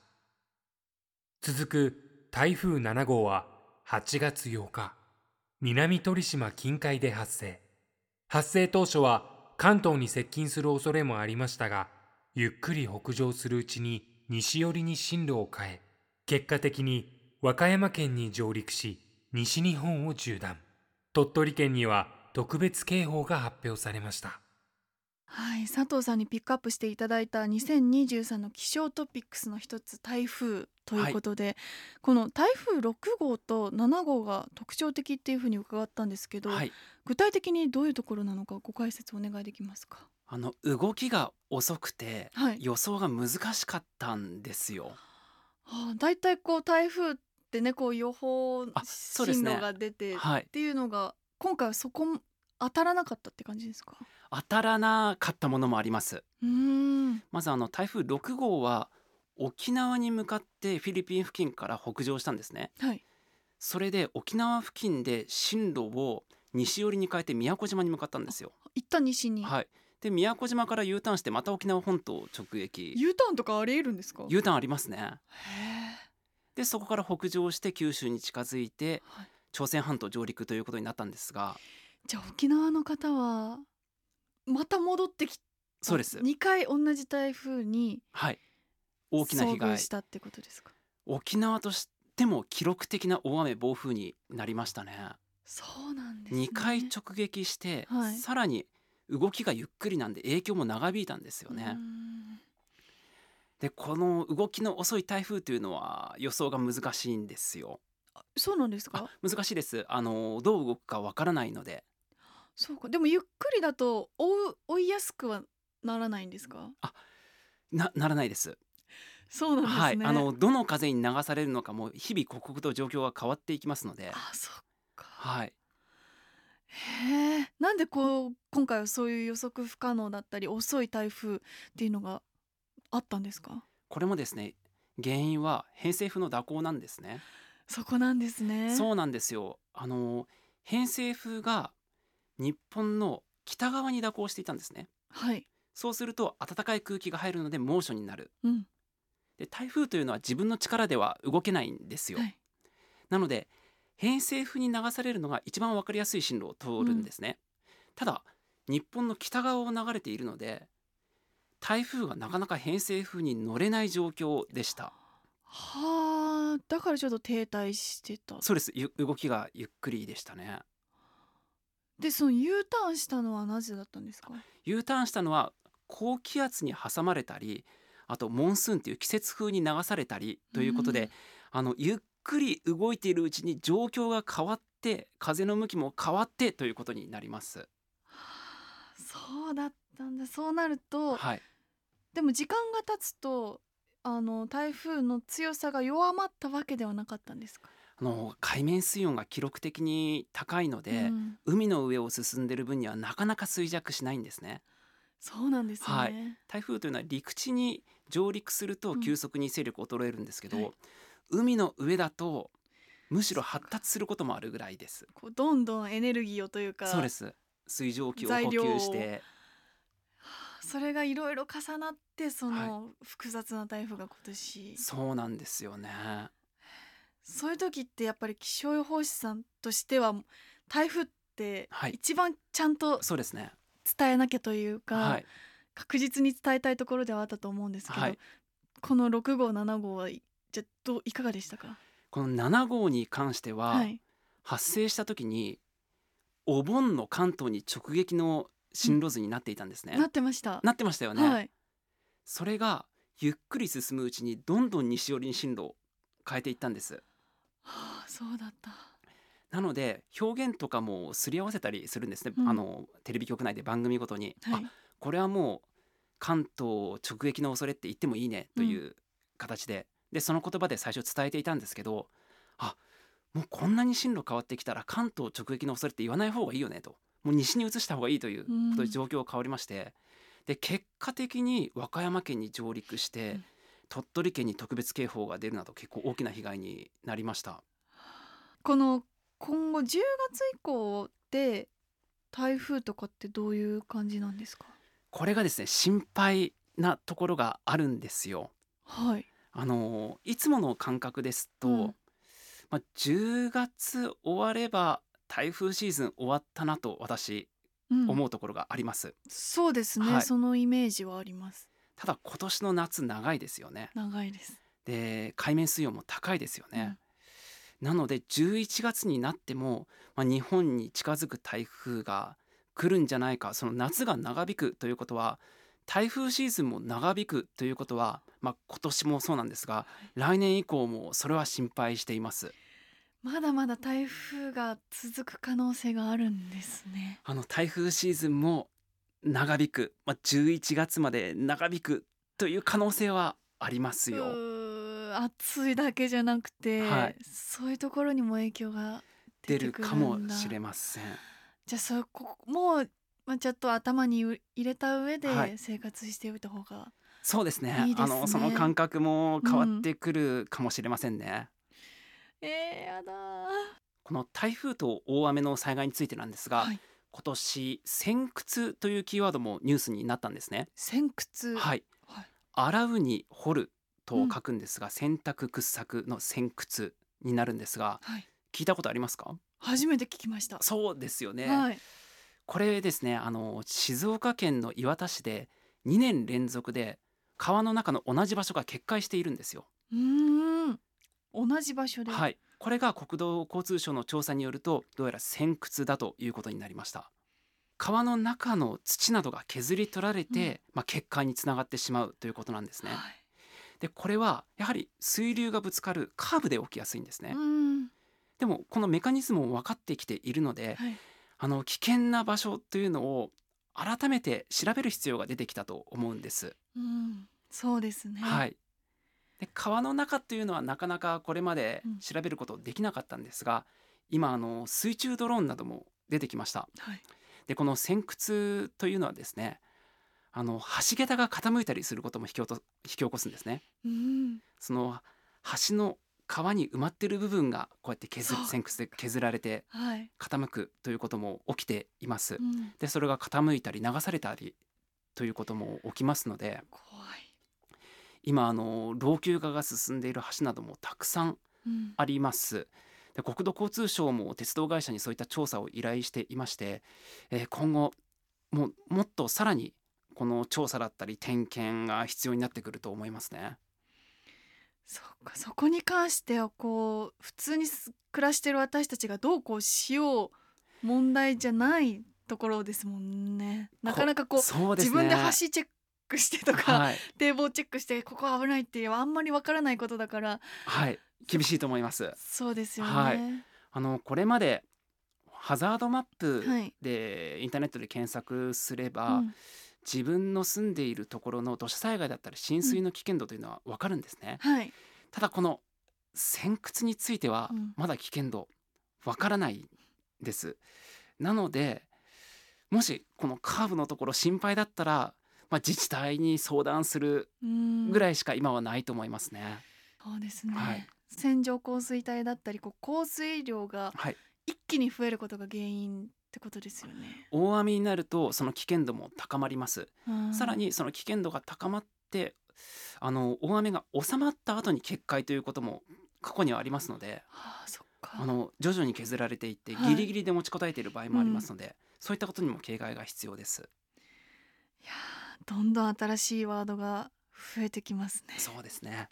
B: 続く台風7号は8月8日南鳥島近海で発生発生当初は関東に接近する恐れもありましたがゆっくり北上するうちに西寄りに進路を変え結果的に和歌山県に上陸し西日本を縦断鳥取県には特別警報が発表されました
C: はい佐藤さんにピックアップしていただいた2023の気象トピックスの一つ台風ということで、この台風6号と7号が特徴的っていうふうに伺ったんですけど、
D: はい、
C: 具体的にどういうところなのかご解説お願いできますか。
D: あの動きが遅くて、
C: はい
D: 予想が難しかったんですよ。
C: ああ、だいたいこう台風ってねこう予報
D: あそうで
C: 進
D: すね
C: 路が出てっ
D: はい、
C: ていうのが今回はそこも当たらなかったって感じですか。
D: 当たらなかったものもあります
C: うーん
D: まずあの台風6号は沖縄に向かってフィリピン付近から北上したんですね
C: はい
D: それで沖縄付近で進路を西寄りに変えて宮古島に向かったんですよ
C: 一旦西に、
D: はいで宮古島から U ターンしてまた沖縄本島を直撃
C: U ターンとかありえるんですか
D: U ターンありますね
C: へ
D: でそこから北上して九州に近づいて
C: ーはい
D: 朝鮮半島上陸ということになったんですが
C: じゃあ沖縄の方はまた戻ってき
D: そうです
C: 2回同じ台風に
D: はい大きな
C: 遭
D: 被
C: 遇
D: 害
C: したってことですか
D: 沖縄としても記録的な大雨暴風になりましたね
C: そうなんですね
D: 2回直撃して、
C: はい
D: さらに動きがゆっくりなんで影響も長引いたんですよね、
C: うーん
D: でこの動きの遅い台風というのは予想が難しいんですよ
C: そうなんです
D: あ
C: か
D: 難しいですあのどう動くかわからないので
C: そうかでもゆっくりだと追う追いやすくはならないんですか
D: なならないです
C: そうなん
D: は
C: です
D: い
C: ね、
D: あのどの風に流されるのかも日々刻々と状況が変わっていきますので
C: あそっか
D: はい
C: へえなんでこう今回はそういう予測不可能だったり遅い台風っていうのがあったんですか
D: これもですね原因は偏西風の蛇行なんですね
C: そこなんですね
D: そうなんですよあの偏西風が日本の北側に蛇行していたんですね
C: はい
D: そうすると暖かい空気が入るので猛暑になる
C: うん
D: で台風というのは自分の力では動けないんですよ、
C: はい
D: なので偏西風に流されるのが一番わかりやすい進路を通るんですね、ただ日本の北側を流れているので台風がなかなか偏西風に乗れない状況でした
C: はあだからちょっと停滞してた
D: そうですゆ動きがゆっくりでしたね
C: でその U ターンしたのはなぜだったんですか
D: U ターンしたのは高気圧に挟まれたりあとモンスーンという季節風に流されたりということで、
C: うん
D: あのゆっくり動いているうちに状況が変わって風の向きも変わってということになります。
C: はあそうだったんだそうなると
D: はい、
C: でも時間が経つとあの台風の強さが弱まったわけではなかったんですか、
D: あの海面水温が記録的に高いので、
C: うん
D: 海の上を進んでいる分にはなかなか衰弱しないんですね。
C: そうなんですね、
D: はい台風というのは陸地に上陸する
C: う
D: と
C: ん
D: 急速に勢力を衰えるんですけど、
C: はい
D: 海の上だとむしろ発達することもあるぐらいです。
C: こうどんどんエネルギーをというか
D: そうです水蒸気を
C: 材
D: 補
C: 料を
D: 給して
C: それがいろいろ重なってその複雑な台風が今年、
D: そうなんですよね
C: そういう時ってやっぱり気象予報士さんとしては台風って
D: はい
C: 一番ちゃんと
D: そうですね
C: 伝えなきゃというか、
D: はい
C: 確実に伝えたいところではあったと思うんですけど、
D: はい
C: この6号7号はいじゃあどういかがでしたか
D: この7号に関しては、
C: はい
D: 発生した時にお盆の関東に直撃の進路図になっていたんですね、
C: なってました
D: なってましたよね、
C: はい
D: それがゆっくり進むうちにどんどん西寄りに進路を変えていったんです
C: はあそうだった
D: なので表現とかもすり合わせたりするんですね、
C: うん
D: あのテレビ局内で番組ごとに、
C: はい
D: あこれはもう関東直撃の恐れって言ってもいいねという形で、でその言葉で最初伝えていたんですけどあもうこんなに進路変わってきたら関東直撃の恐れって言わない方がいいよねともう西に移した方がいいということ
C: うん
D: で状況が変わりまして、で結果的に和歌山県に上陸して、
C: うん
D: 鳥取県に特別警報が出るなど結構大きな被害になりました。
C: この今後10月以降で台風とかってどういう感じなんですか
D: これがですね心配なところがあるんですよ。
C: はい
D: あのいつもの感覚ですと、
C: うん
D: まあ、10月終われば台風シーズン終わったなと私
C: うん
D: 思うところがあります、
C: そうですね、
D: はい
C: そのイメージはあります
D: ただ今年の夏長いですよね
C: 長いです
D: で海面水温も高いですよね、なので11月になっても、まあ、日本に近づく台風が来るんじゃないかその夏が長引くということは台風シーズンも長引くということは、まあ、今年もそうなんですが来年以降もそれは心配しています
C: まだまだ台風が続く可能性があるんですね
D: あの台風シーズンも長引く、まあ、11月まで長引くという可能性はあります
C: う
D: よ。
C: ー暑いだけじゃなくて、
D: はい
C: そういうところにも影響が出
D: 出
C: て
D: る
C: くる
D: か
C: んだ
D: もしれません。
C: じゃあそこもうまあ、ちょっと頭にう入れた上で
D: はい
C: 生活しておいた方が、
D: そうですね
C: いいですね
D: あのその感覚も変わってくるかもしれませんね、
C: えー、やだー
D: この台風と大雨の災害についてなんですが、
C: はい
D: 今年先屈というキーワードもニュースになったんですね
C: 先屈
D: はい
C: はい
D: 洗うに掘ると書くんですが、洗濯掘削の先屈になるんですが
C: はい
D: 聞いたことありますか
C: 初めて聞きました、
D: そうですよね、
C: はい
D: これですねあの静岡県の磐田市で2年連続で川の中の同じ場所が決壊しているんですよ
C: うーん同じ場所で、、
D: はいいこれが国土交通省の調査によるとどうやら先屈だということになりました川の中の土などが削り取られて、まあ決壊につながってしまうということなんですねでこれはやはり水流がぶつかるカーブで起きやすいんですね、
C: うーん
D: でもこのメカニズムも分かってきているので、
C: はい
D: あの危険な場所というのを改めて調べる必要が出てきたと思うんです。
C: うんそうですね、
D: はいい。で川の中というのはなかなかこれまで
C: うん
D: 調べることできなかったんですが、今あの水中ドローンなども出てきました。
C: はい、
D: でこの先屈というのはですね、あの橋桁が傾いたりすることも引き起こ引き起こすんですね。
C: うん
D: その橋の川に埋まってる部分がこうやって削
C: そう
D: 先屈で削られて
C: はい、
D: 傾くということも起きています。
C: うん、
D: でそれが傾いたり流されたりということも起きますので
C: 怖い、
D: 今あの老朽化が進んでいる橋などもたくさん
C: うん、
D: あります。で国土交通省も鉄道会社にそういった調査を依頼していまして、えー今後もうもっとさらにこの調査だったり点検が必要になってくると思いますね。
C: そっかそこに関してはこう普通にす暮らしてる私たちがどうこうしよう問題じゃないところですもんね。なかなかこう
D: そうです
C: 自
D: ね
C: 分で橋チェックしてとか、
D: はい、
C: 堤防チェックしてここは危ないっていうあんまりわからないことだから
D: はい、厳しいと思います。
C: そうですよね。
D: はいあのこれまでハザードマップ
C: はい
D: でインターネットで検索すれば、
C: うん
D: 自分の住んでいるところの土砂災害だったり浸水の危険度というのは分かるんですね、
C: はい
D: ただこの先屈については
C: うん
D: まだ危険度分からないです、なのでもしこのカーブのところ心配だったら、まあ、自治体に相談する
C: うん
D: ぐらいしか今はないと思いますね、
C: そうですね、
D: はい
C: 線状降水帯だったりこう降水量が
D: はい
C: 一気に増えることが原因ってことですよね。
D: 大雨になるとその危険度も高まります、
C: うん
D: さらにその危険度が高まってあの大雨が収まった後に決壊ということも過去にはありますので
C: ああそっか
D: あの徐々に削られていって
C: はい
D: ギリギリで持ちこたえている場合もありますので、そういったことにも警戒が必要です。
C: いやーどんどん新しいワードが増えてきますね。
D: そうです ね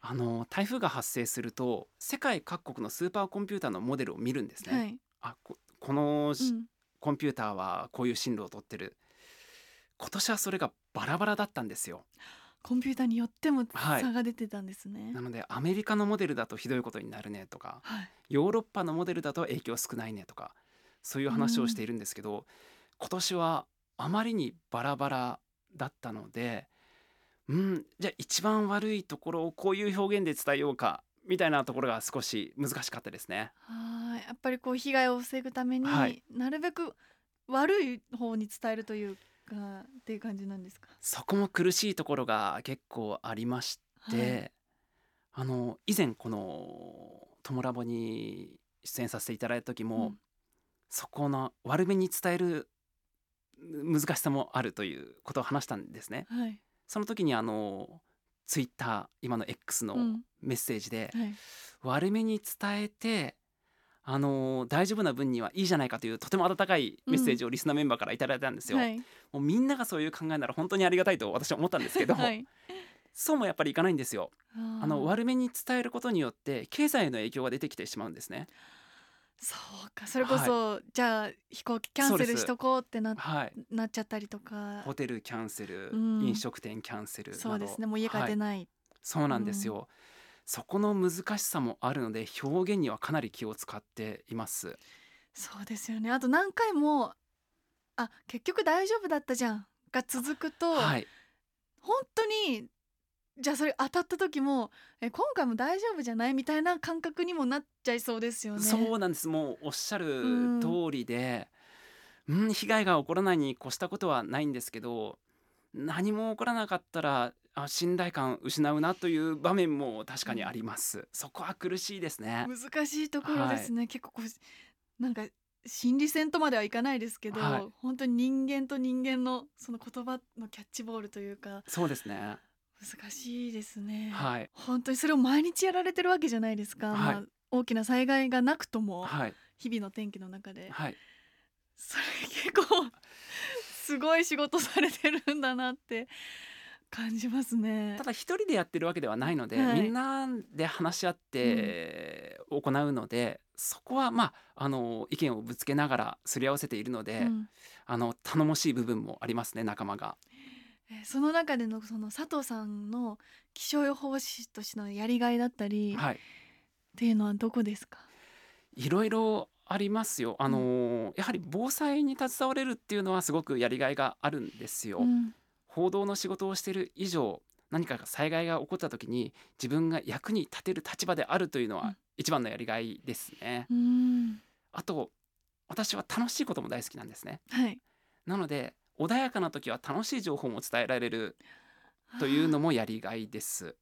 D: あの台風が発生すると世界各国のスーパーコンピューターのモデルを見るんですね。
C: はい、
D: あここの
C: う
D: し、
C: ん、
D: コンピューターはこういう進路を取ってる今年はそれがバラバラだったんですよ。
C: コンピューターによっても
D: はい
C: 差が出てたんですね
D: な。のでアメリカのモデルだとひどいことになるねとか
C: はい、
D: ヨーロッパのモデルだと影響少ないねとかそういう話をしているんですけど、今年はあまりにバラバラだったのでうんじゃあ一番悪いところをこういう表現で伝えようかみたいなところが少し難しかったですね。
C: はいやっぱりこう被害を防ぐために、
D: はい
C: なるべく悪い方に伝えるというかっていう感じなんですか。
D: そこも苦しいところが結構ありまし
C: はい
D: て、あの以前この「トモラボ」に出演させていただいた時も、
C: うん
D: そこの悪めに伝える難しさもあるということを話したんですね。
C: はい、
D: その時にあのツイッター今の X の
C: うん
D: メッセージで、
C: はい、
D: 悪めに伝えてあの大丈夫な分にはいいじゃないかというとても温かいメッセージをリスナーメンバーからいただいたんですよ。
C: はい、
D: もうみんながそういう考えなら本当にありがたいと私は思ったんですけど、
C: はい、
D: そうもやっぱりいかないんですよ。
C: あ
D: あの
C: ー
D: 悪めに伝えることによって経済への影響が出てきてしまうんですね。
C: そうか、それこそ、じゃあ飛行機キャン
D: そう
C: セ
D: で
C: ル
D: す
C: しとこうってな
D: はい。
C: なっちゃったりとか
D: ホ、テルキャンセル、
C: うん
D: 飲食店キャンセルなど。
C: そうですね、もう家帰っ
D: は
C: て
D: い
C: ない。
D: そうなんですよ。そこの難しさもあるので表現にはかなり気を使っています。
C: そうですよね。あと何回もあ結局大丈夫だったじゃんが続くと、
D: はい。
C: 本当にじゃあそれ当たった時もえ今回も大丈夫じゃないみたいな感覚にもなっちゃいそうですよね。
D: そうなんです。もうおっしゃる通りで、うん、被害が起こらないに越したことはないんですけど何も起こらなかったらあ信頼感失うなという場面も確かにあります、そこは苦しいですね
C: 難しいところですね、結構こうなんか心理戦とまではいかないですけど、
D: はい
C: 本当に人間と人間のその言葉のキャッチボールというか
D: そうですね
C: 難しいですね、
D: はい
C: 本当にそれを毎日やられてるわけじゃないですか、
D: はい
C: まあ、大きな災害がなくとも
D: はい
C: 日々の天気の中で、
D: はい
C: それ結構すごい仕事されてるんだなって感じますね
D: ただ一人でやってるわけではないので、
C: はい
D: みんなで話し合って行うので、そこはまああの意見をぶつけながらすり合わせているので、
C: うん
D: あの頼もしい部分もありますね仲間が。
C: えーその中でのその佐藤さんの気象予報士としてのやりがいだったりっ
D: はい、
C: ていうのはどこですか、
D: いろいろありますよ。あのやはり防災に携われるっていうのはすごくやりがいがあるんですよ。
C: うん
D: 報道の仕事をしている以上何か災害が起こった時に自分が役に立てる立場であるというの
C: う
D: は
C: ん
D: 一番のやりがいですね。
C: うん
D: あと私は楽しいことも大好きなんですね。
C: はい、
D: なので穏やかな時は楽しい情報も伝えられるというの
C: も
D: もやりがいです。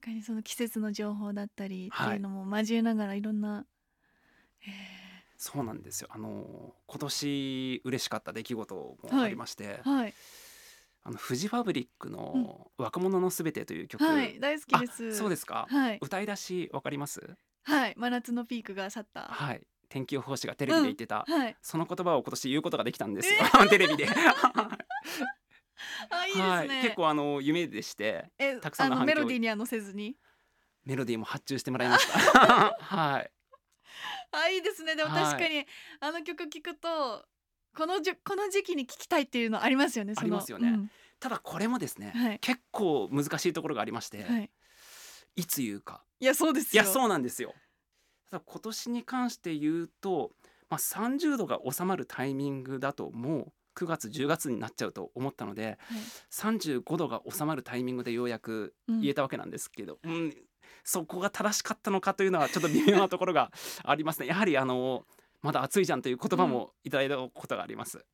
C: 確かにその季節の情報だったりって
D: はい
C: いうのも交えながらいろんな、え
D: そうなんですよ。あの今年嬉しかった出来事もありまして、
C: ーはい
D: あのフジファブリックの若者のすべてという曲、
C: はい大好きです
D: あそうですすか。
C: はい
D: 歌い出しわかります？
C: はい真夏のピークが去ったは
D: はい。天気予報士がテレビで言ってた、
C: い
D: その言葉を今年言うことができたんですよ。 テレビで。
C: あいいですね、
D: はい。結構あの夢でして、
C: え
D: たくさんの
C: あの
D: 反響
C: メロディーには載せずに
D: メロディーも発注してもらいました。はい。
C: あいいですねでも
D: はい
C: 確かにあの曲聴くとこのじゅこの時期に聴きたいっていうのありますよねその
D: ありますよね
C: うん
D: ただこれもですね、
C: はい
D: 結構難しいところがありまして、
C: はい
D: い、つ言うか
C: いやそうです
D: い
C: よ
D: やそうなんですよただ今年に関して言うと、まあ、30度が収まるタイミングだともう9月10月になっちゃうと思ったので
C: はい
D: 35度が収まるタイミングでようやく
C: うん
D: 言えたわけなんですけど、うんそこが正しかったのかというのはちょっと微妙なところ がありますねやはりあのまだ暑いじゃんという言葉もいただいたことがあります、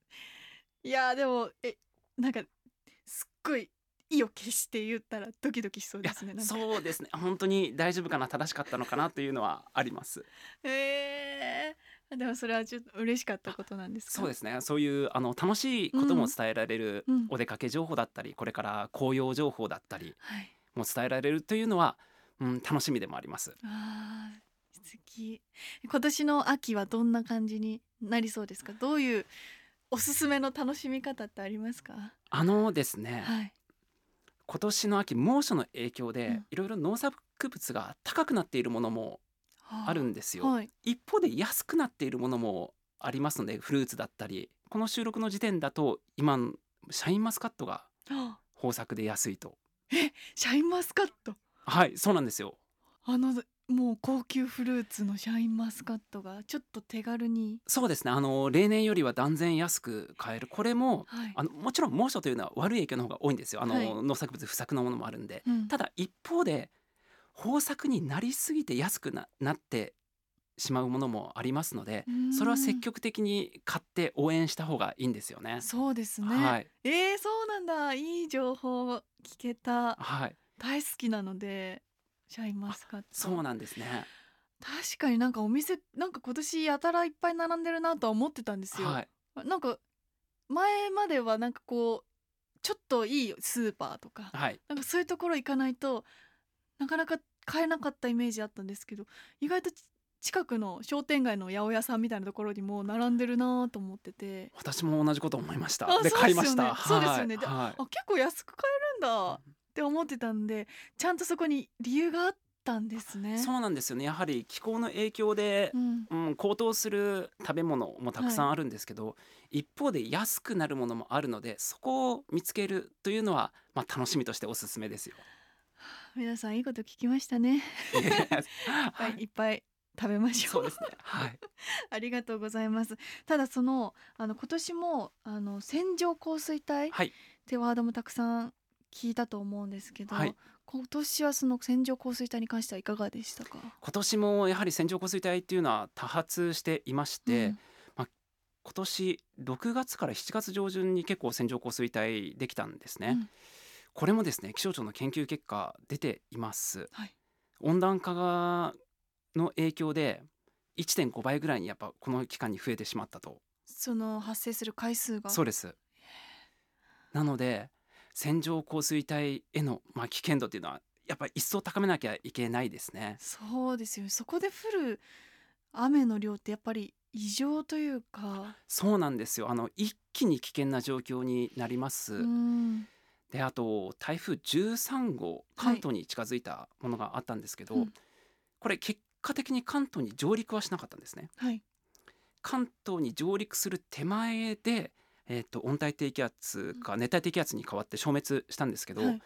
C: いやでもえなんかすっごい意を決して言ったらドキドキしそう
D: い
C: で
D: や
C: すねなんか
D: そうですね本当に大丈夫かな正しかったのかなというのはあります
C: えー、でもそれはちょっと嬉しかったことなんですか
D: そうですねそういうあの楽しいことも伝えられる、
C: うんうん
D: お出かけ情報だったりこれから紅葉情報だったり
C: はい
D: も伝えられるというのは、うん、楽しみでもあります
C: あー素敵今年の秋はどんな感じになりそうですかどういうおすすめの楽しみ方ってありますか
D: あのですね、
C: はい
D: 今年の秋猛暑の影響
C: う
D: で
C: ん
D: いろいろ農作物が高くなっているものもあるんですよ、
C: はい
D: 一方で安くなっているものもありますのでフルーツだったりこの収録の時点だと今シャインマスカットが
C: あ
D: 豊作で安いと
C: シャインマスカット
D: はいそうなんですよ
C: あのもう高級フルーツのシャインマスカットがちょっと手軽に
D: そうですねあの例年よりは断然安く買えるこれも
C: はい
D: あのもちろん猛暑というのは悪い影響の方が多いんですよあの、
C: はい
D: 農作物不作のものもあるんで
C: うん
D: ただ一方で豊作になりすぎて安くななってしまうものもありますので
C: うん
D: それは積極的に買って応援した方がいいんですよね。
C: そうですね、
D: はい、
C: えー、そうなんだいい情報を聞けた
D: はい、
C: 大好きなのでシャインマスカット
D: そうなんですね。
C: 確かになんかお店なんか今年やたらいっぱい並んでるなとは思ってたんですよ、
D: はい、
C: なんか前まではなんかこうちょっといいスーパーとか
D: はい、
C: なんかそういうところ行かないとなかなか買えなかったイメージあったんですけど意外とち近くの商店街の八百屋さんみたいなところにも並んでるなと思ってて
D: 私も同じこと思いました
C: あ。
D: で
C: そう
D: 買い
C: で
D: ます
C: よ
D: し
C: ね
D: た。
C: そうですよね
D: は
C: で
D: いはい
C: あ結構安く買えるんだって思ってたんでちゃんとそこに理由があったんですね。
D: そうなんですよね。やはり気候の影響で
C: うん
D: うん、高騰する食べ物もたくさんあるんですけど、一方で安くなるものもあるのでそこを見つけるというのは、まあ、楽しみとしておすすめです よ。
C: 皆さんいいこと聞きましたね。
D: は
C: はい、いっぱい食べましょ
D: そう
C: う。
D: ですね。はい、
C: ありがとうございます。ただそのあの今年もあの線状降水帯っ
D: はい
C: てワードもたくさん聞いたと思うんですけど、
D: はい
C: 今年はその線状降水帯に関してはいかがでしたか。
D: 今年もやはり線状降水帯っていうのは多発していまして、
C: うん
D: まあ、今年6月から7月上旬に結構線状降水帯できたんですね、
C: うん
D: これもですね気象庁の研究結果出ています、
C: はい
D: 温暖化がの影響で1.5倍ぐらいにやっぱこの期間に増えてしまったと
C: その発生する回数が
D: そうですなので線状降水帯へのまあ危険度っていうのはやっぱり一層高めなきゃいけないですね
C: そうですよねそこで降る雨の量ってやっぱり異常というか、
D: そうなんですよあの一気に危険な状況になります、
C: うん
D: であと台風13号
C: はい
D: 関東に近づいたものがあったんですけど、
C: うん
D: これ結果的に関東に上陸はしなかったんですね
C: はい
D: 関東に上陸する手前で、えー、と温帯低気圧か熱帯低気圧に変わって消滅したんですけど、
C: はい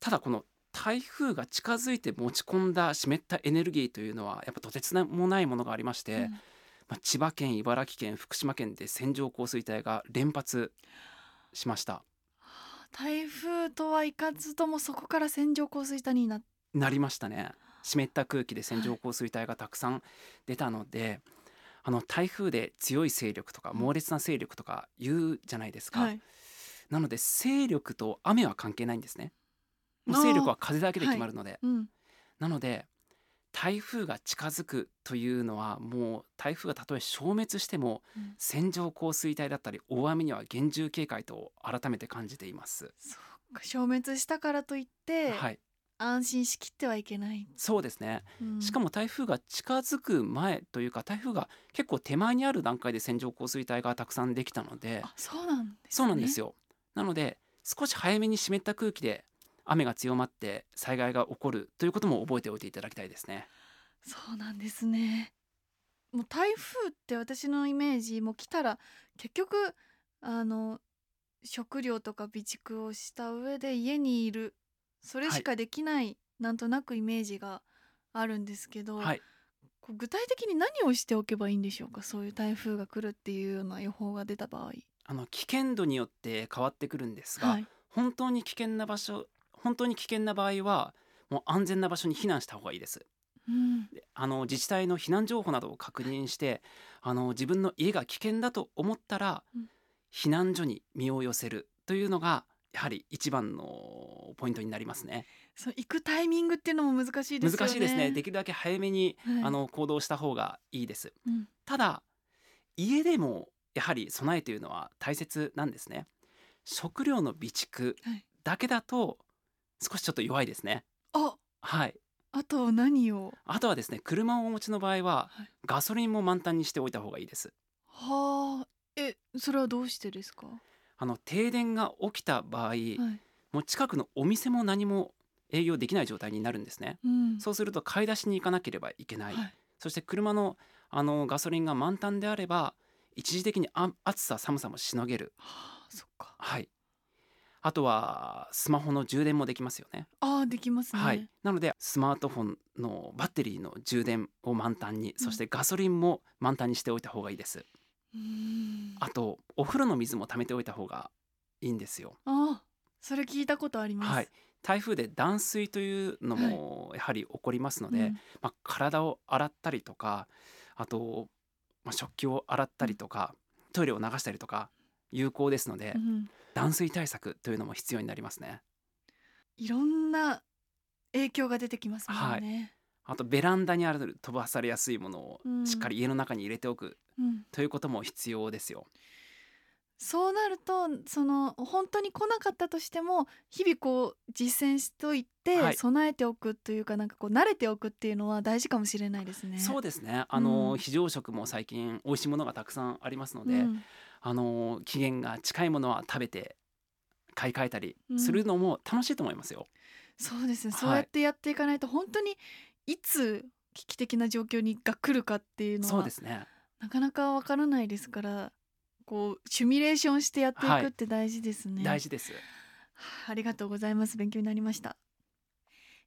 D: ただこの台風が近づいて持ち込んだ湿ったエネルギーというのはやっぱとてつもないものがありまして、
C: うん
D: まあ、千葉県茨城県福島県で線状降水帯が連発しました
C: 台風とはいかずともそこから線状降水帯になっ
D: なりましたね湿った空気で線状降水帯がたくさん出たので、あの台風で強い勢力とか猛烈な勢力とか言うじゃないです
C: た、
D: か、
C: はい、
D: なので勢力と雨は関係ないんですねもう
C: あー
D: 勢力は風だけで決まるので、
C: うん、
D: なので台風が近づくというのはもう台風がたとえ消滅しても
C: うん
D: 線状降水帯だったり大雨には厳重警戒と改めて感じています。
C: 消滅したからといって、
D: はい、
C: 安心しきってはいけない、
D: そうですね、
C: うん
D: しかも台風が近づく前というか台風が結構手前にある段階で線状降水帯がたくさんできたので
C: あそうなんです、ね、
D: そうなんです
C: よ
D: よなので少し早めに湿った空気で雨が強まって災害が起こるということも覚えておいていただきたいですね
C: そうなんですねもう台風って私のイメージもう来たら結局あの食料とか備蓄をした上で家にいるそれしかできない、なんとなくイメージがあるんですけど、
D: はい
C: こう具体的に何をしておけばいいんでしょうかそういう台風が来るっていうような予報が出た場合。
D: あの危険度によって変わってくるんですが、
C: はい、
D: 本当に危険な場所本当に危険な場合はもう安全な場所に避難した方がいいです
C: うん
D: であの自治体の避難情報などを確認して、あの自分の家が危険だと思ったら、
C: うん
D: 避難所に身を寄せるというのがやはり一番のポイントになりますね
C: そう行くタイミングっていうのも難しいですよね。
D: 難しいですねできるだけ早めに、
C: はい
D: あの行動した方がいいです
C: うん
D: ただ家でもやはり備えというのは大切なんですね食料の備蓄
C: はい
D: だけだと少しちょっと弱いですね
C: あ
D: はい
C: あと何を
D: あとはですね車をお持ちの場合は
C: はい
D: ガソリンも満タンにしておいた方がいいです
C: はあえそれはどうしてですか、は
D: あの停電が起きた場合、
C: い
D: もう近くのお店も何も営業できない状態になるんですね
C: うん、
D: そうすると買い出しに行かなければいけない、
C: はい
D: そして車のあのガソリンが満タンであれば一時的にあ暑さ寒さもしのげる
C: はあそっか
D: はいあとはスマホの充電もできますよね
C: ああできますね、
D: はい、なのでスマートフォンのバッテリーの充電を満タンにそしてガソリンも満タンにしておいた方がいいです、
C: うーんあ
D: あとお風呂の水も溜めておいた方がいいんですよ、
C: あそれ聞いたことあります、
D: はい、台風で断水というのもやはり起こりますので、
C: うん
D: まあ、体を洗ったりとかあと、まあ、食器を洗ったりとかトイレを流したりとか有効ですので、
C: うん
D: 断水対策というのも必要になりますね
C: いろんな影響が出てきますもんね、
D: あとベランダにある飛ばされやすいものを
C: うん
D: しっかり家の中に入れておく、
C: うん、
D: ということも必要ですよ
C: そうなるとその本当に来なかったとしても日々こう実践しといて、
D: はい
C: 備えておくというかなんかこう慣れておくっていうのは大事かもしれないですね
D: そうですねあの、
C: うん
D: 非常食も最近美味しいものがたくさんありますので、
C: うん
D: あの期限が近いものは食べて買い替えたり
C: うん
D: するのも楽しいと思いますよ、
C: そうですね、
D: はい
C: そうやってやっていかないと本当にいつ危機的な状況にが来るかっていうの
D: そう
C: は
D: ですね
C: なかなかわからないですからこうシミュレーションしてやってい
D: はい
C: くって大事ですね、
D: 大事です
C: はあありがとうございます勉強になりました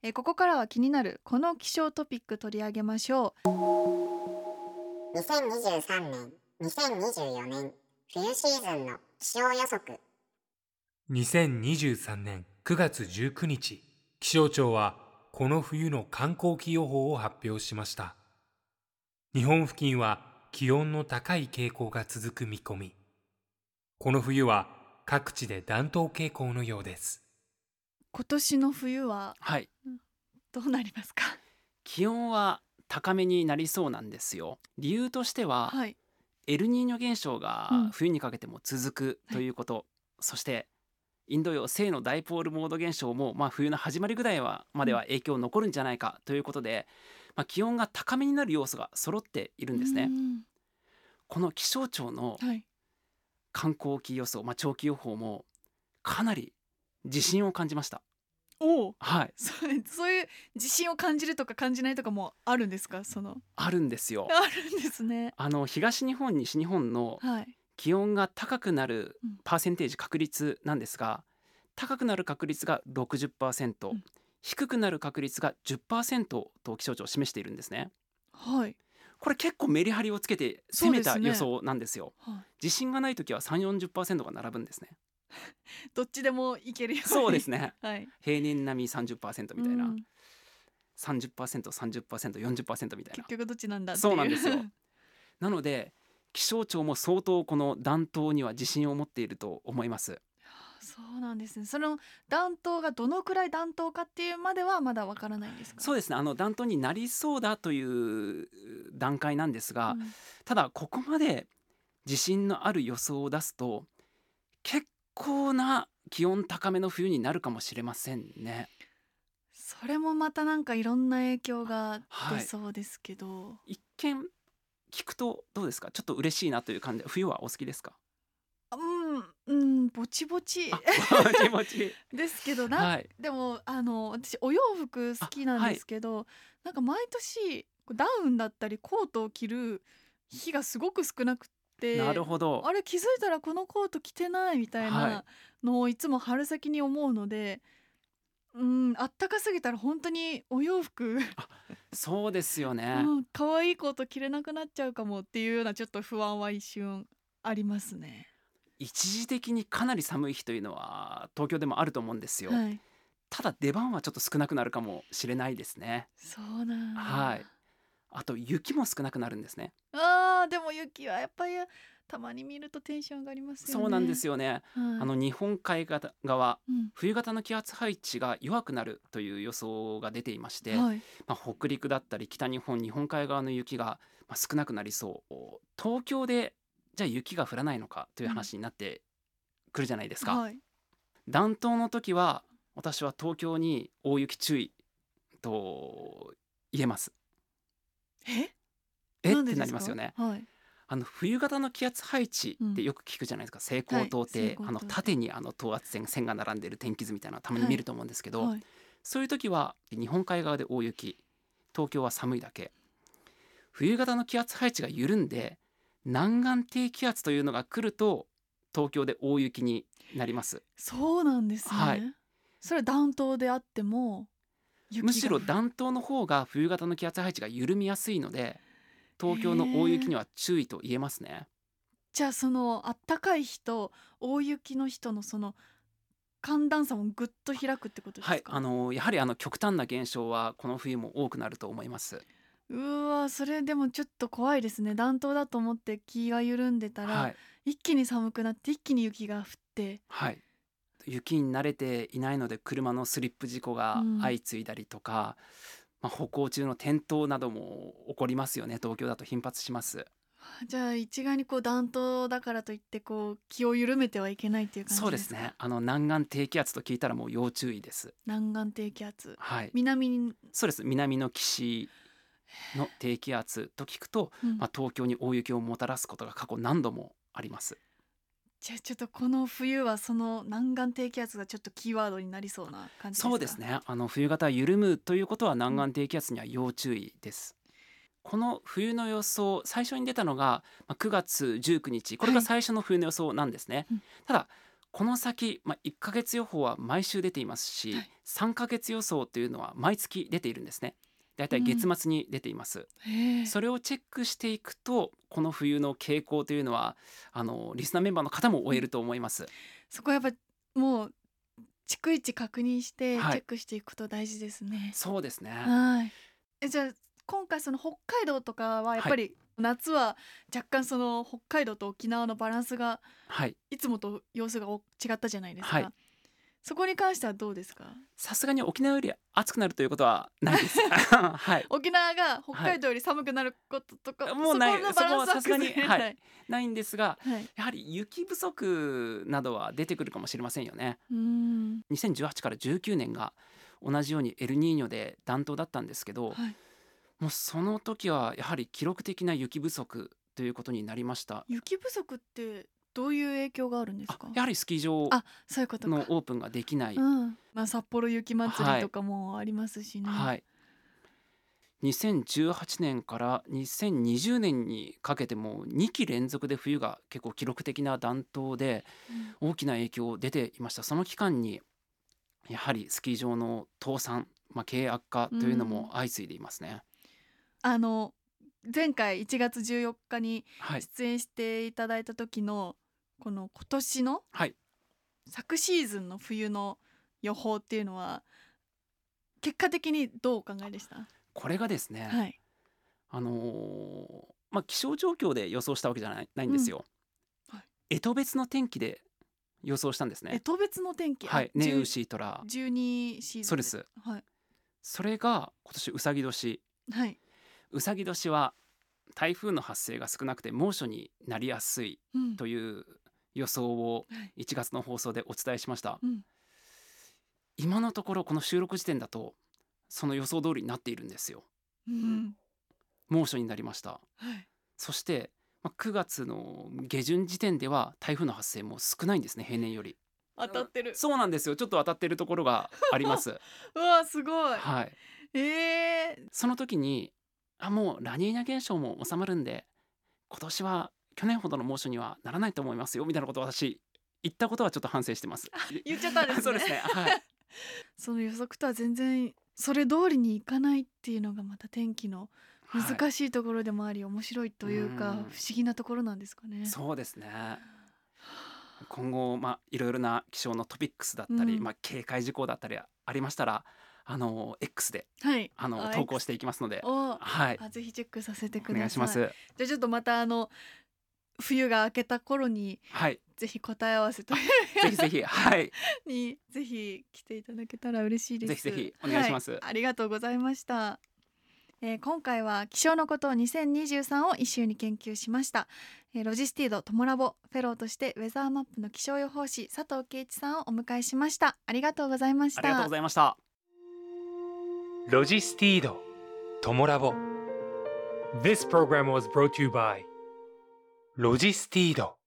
C: えーここからは気になるこの気象トピック取り上げましょう
E: 2023年2024年冬シーズンの気象予測
B: 2023年9月19日、気象庁はこの冬の観光期予報を発表しました。日本付近は気温の高い傾向が続く見込みこの冬は各地で暖冬傾向のようです
C: 今年の冬は
D: はい
C: どうなりますか。
D: 気温は高めになりそうなんですよ理由としては、
C: はい。
D: エルニーニョ現象
C: うん
D: が冬にかけても続くということ、そしてインド洋西のダイポールモード現象も、まあ、冬の始まりぐらいはまでは影響残るんじゃないかということで、まあ、気温が高めになる要素が揃っているんですね。
C: うん
D: この気象庁の
C: はい。
D: 観光期予想、まあ、長期予報もかなり自信を感じました。
C: おお。
D: はい、
C: そそういう自信を感じるとか感じないとかもあるんですか。その
D: あるんですよ。
C: あるんですね。
D: あの東日本西日本の
C: はい。
D: 気温が高くなる
C: うん
D: パーセンテージ確率なんですが高くなる確率が60%、
C: うん
D: 低くなる確率が10%と気象庁は示しているんですね
C: はい。
D: これ結構メリハリをつけて
C: そう
D: 攻
C: で
D: め
C: すね
D: た予想なんですよ
C: は
D: 自信がない時は3 4 0が並ぶんですね
C: い。どっちでもいけるように。
D: そうです。ね
C: はい。
D: 平年並み30%みたいな、
C: うん
D: 30%30%40% みたいな
C: 結局どっちなんだっていう。
D: そうなんですよなので気象庁も相当この暖冬には自信を持っていると思います
C: そうなんですね。その暖冬がどのくらい暖冬かっていうまではまだわからないんですか。
D: そうですねあの暖冬になりそうだという段階なんですが、
C: うん
D: ただここまで地震のある予想を出すと結構な気温高めの冬になるかもしれませんね。
C: それもまたなんかいろんな影響が
D: は
C: 出
D: い
C: そうですけど、
D: 一見聞くとどうですかちょっと嬉しいなという感じで冬はお好きですか
C: うんうんぼちぼち
D: あ ぼちぼち
C: ですけどな、
D: はい
C: でもあの私お洋服好きなんですけど、なんか毎年こうダウンだったりコートを着る日がすごく少なくて
D: なるほど
C: あれ気づいたらこのコート着てないみたい
D: は
C: なのをいつも春先に思うので、うんあったかすぎたら本当にお洋服、
D: そうですよ ね、
C: うん、可愛いコート着れなくなっちゃうかもっていうようなちょっと不安は一瞬ありますね。
D: 一時的にかなり寒い日というのは東京でもあると思うんですよ、
C: はい、
D: ただ出番はちょっと少なくなるかもしれないですね
C: そうなんだ
D: はいあと雪も少なくなるんですね
C: あーでも雪はやっぱりたまに見るとテンション上がりますよね。
D: そうなんです
C: よ。
D: よね
C: はい、
D: あの日本海側
C: うん、
D: 冬型の気圧配置が弱くなるという予想が出ていまして、
C: はい、
D: まあ、北陸だったり北日本日本海側の雪がまあ少なくなりそう東京でじゃあ雪が降らないのかという話になってくるじゃないですか、
C: はい、
D: 暖冬の時は私は東京に大雪注意と言えます
C: え
D: えっ
C: ん
D: て
C: でですか
D: なりますよね
C: はい。
D: あの冬型の気圧配置ってよく聞くじゃないですか、西高東低、
C: はい西高
D: あの
C: 東低
D: 縦にあの等圧線線が並んでる天気図みたいなのたまに
C: はい
D: 見ると思うんですけど、
C: はい、
D: そういう時は日本海側で大雪東京は寒いだけ冬型の気圧配置が緩んで南岸低気圧というのが来ると東京で大雪になります
C: そうなんですね。
D: はい
C: それは暖冬であっても雪が
D: むしろ暖冬の方が冬型の気圧配置が緩みやすいので東京の大雪には注意と言えますね
C: じゃあそのあったかい日と大雪の日とのその寒暖差もぐっと開くってことで
D: はい
C: すか。
D: あのやはりあの極端な現象はこの冬も多くなると思います
C: うわそれでもちょっと怖いですね暖冬だと思って気が緩んでたら、
D: はい
C: 一気に寒くなって一気に雪が降って
D: はい、雪に慣れていないので車のスリップ事故が
C: うん
D: 相次いだりとか、まあ、歩行中の転倒なども起こりますよね東京だと頻発します
C: じゃあ一概にこう暖冬だからといってこう気を緩めてはいけないっていう感じ
D: そうです
C: か
D: ねあの南岸低気圧と聞いたらもう要注意です
C: 南岸低気圧
D: はい
C: 南に、
D: そうです南の岸の低気圧と聞くと、
C: うん
D: まあ、東京に大雪をもたらすことが過去何度もあります
C: じゃあちょっとこの冬はその南岸低気圧がちょっとキーワードになりそうな感じですか
D: そうですねあの冬型緩むということは南岸低気圧には要注意です、この冬の予想最初に出たのがまあ9月19日これ
C: は
D: が
C: い
D: 最初の冬の予想なんですね、
C: うん
D: ただこの先、まあ、1ヶ月予報は毎週出ていますし、
C: はい
D: 3ヶ月予想というのは毎月出ているんですねだいたい月末に出ています、
C: へえ
D: それをチェックしていくとこの冬の傾向というのはあのリスナーメンバーの方も追えると思います、
C: そこはやっぱもう逐一確認してチェ
D: はい
C: ックしていくこと大事ですね
D: そうですね、
C: はいえじゃあ今回その北海道とかはやっぱり夏は若干その北海道と沖縄のバランスが
D: はい
C: いつもと様子がお違ったじゃないですか、
D: はい
C: そこに関してはどうですか
D: さすがに沖縄より暑くなるということはないです はい
C: 沖縄が北海道より寒くなることとか、
D: もうない
C: そこのバランスは
D: そこはさすがに
C: 崩れない、
D: はいないんですが
C: はい、
D: やはり雪不足などは出てくるかもしれませんよね
C: うーん
D: 2018から19年が同じようにエルニーニョで暖冬だったんですけど、
C: はい
D: もうその時はやはり記録的な雪不足ということになりました
C: 雪不足ってどういう影響があるんです
D: あ
C: か
D: やはりスキー場
C: あそういうことか
D: のオープンができない、
C: うんまあ、札幌雪まつりとかもありますしね、
D: はい2018年から2020年にかけても2期連続で冬が結構記録的な暖冬で
C: うん
D: 大きな影響出ていましたその期間にやはりスキー場の倒産、まあ、経営悪化というのも相次いでいますね、
C: あの前回1月14日に
D: はい
C: 出演していただいた時のこの今年の
D: はい
C: 昨シーズンの冬の予報っていうのは結果的にどうお考えでした、
D: これがですね、
C: はい、
D: あのーまあ気象状況で予想したわけじゃないないんですよ、
C: うんはい
D: 干支別の天気で予想したんです
C: え
D: ね
C: 当別の天気
D: はいね
C: 10
D: うしいとら
C: 12シーズン
D: そうです
C: はい、
D: それが今年うさぎ年
C: はい、
D: うさぎ年は台風の発生が少なくて猛暑になりやすい
C: うん
D: という予想を
C: はい
D: 1月の放送でお伝えしました、
C: うん
D: 今のところこの収録時点だとその予想通りになっているんですよ
C: うん
D: 猛暑になりました
C: はい
D: そして、まあ、9月の下旬時点では台風の発生も少ないんですね平年より
C: 当たってる、
D: そうなんですよちょっと当たってるところがあります
C: うわすごい、
D: はい
C: えー、
D: その時にあもうラニーニャ現象も収まるんで今年は去年ほどの猛暑にはならないと思いますよみたいなことを私言ったことはちょっと反省してます
C: 言っちゃったんですね
D: そうですねはい
C: その予測とは全然それ通りにいかないっていうのがまた天気の
D: は
C: 難しいところでもあり、面白いというか
D: うん
C: 不思議なところなんですかね
D: い、。そうですね今後、まあ、いろいろな気象のトピックスだったり、
C: うん
D: まあ、警戒事項だったりありましたらあの X で
C: はい、
D: あの
C: あ
D: 投稿していきますので、
C: お
D: はい、
C: あぜひチェックさせてくだ
D: お
C: さい。
D: 願いします。
C: じゃあちょっとまたあの冬が明けた頃に
D: はい、
C: ぜひ答え合わせという
D: ぜひぜひ、はい、
C: にぜひ来ていただけたら嬉しいです。
D: ぜひぜひお願いします
C: はありがとうございました。えー今回は気象のことを2023を一週に研究しました、えーロジスティードトモラボフェローとしてウェザーマップの気象予報士佐藤圭一さんをお迎えしましたありがとうございまし
D: あ
C: た
D: りがとうございました。
B: ロジスティードトモラボ This program was brought to you by ロジスティード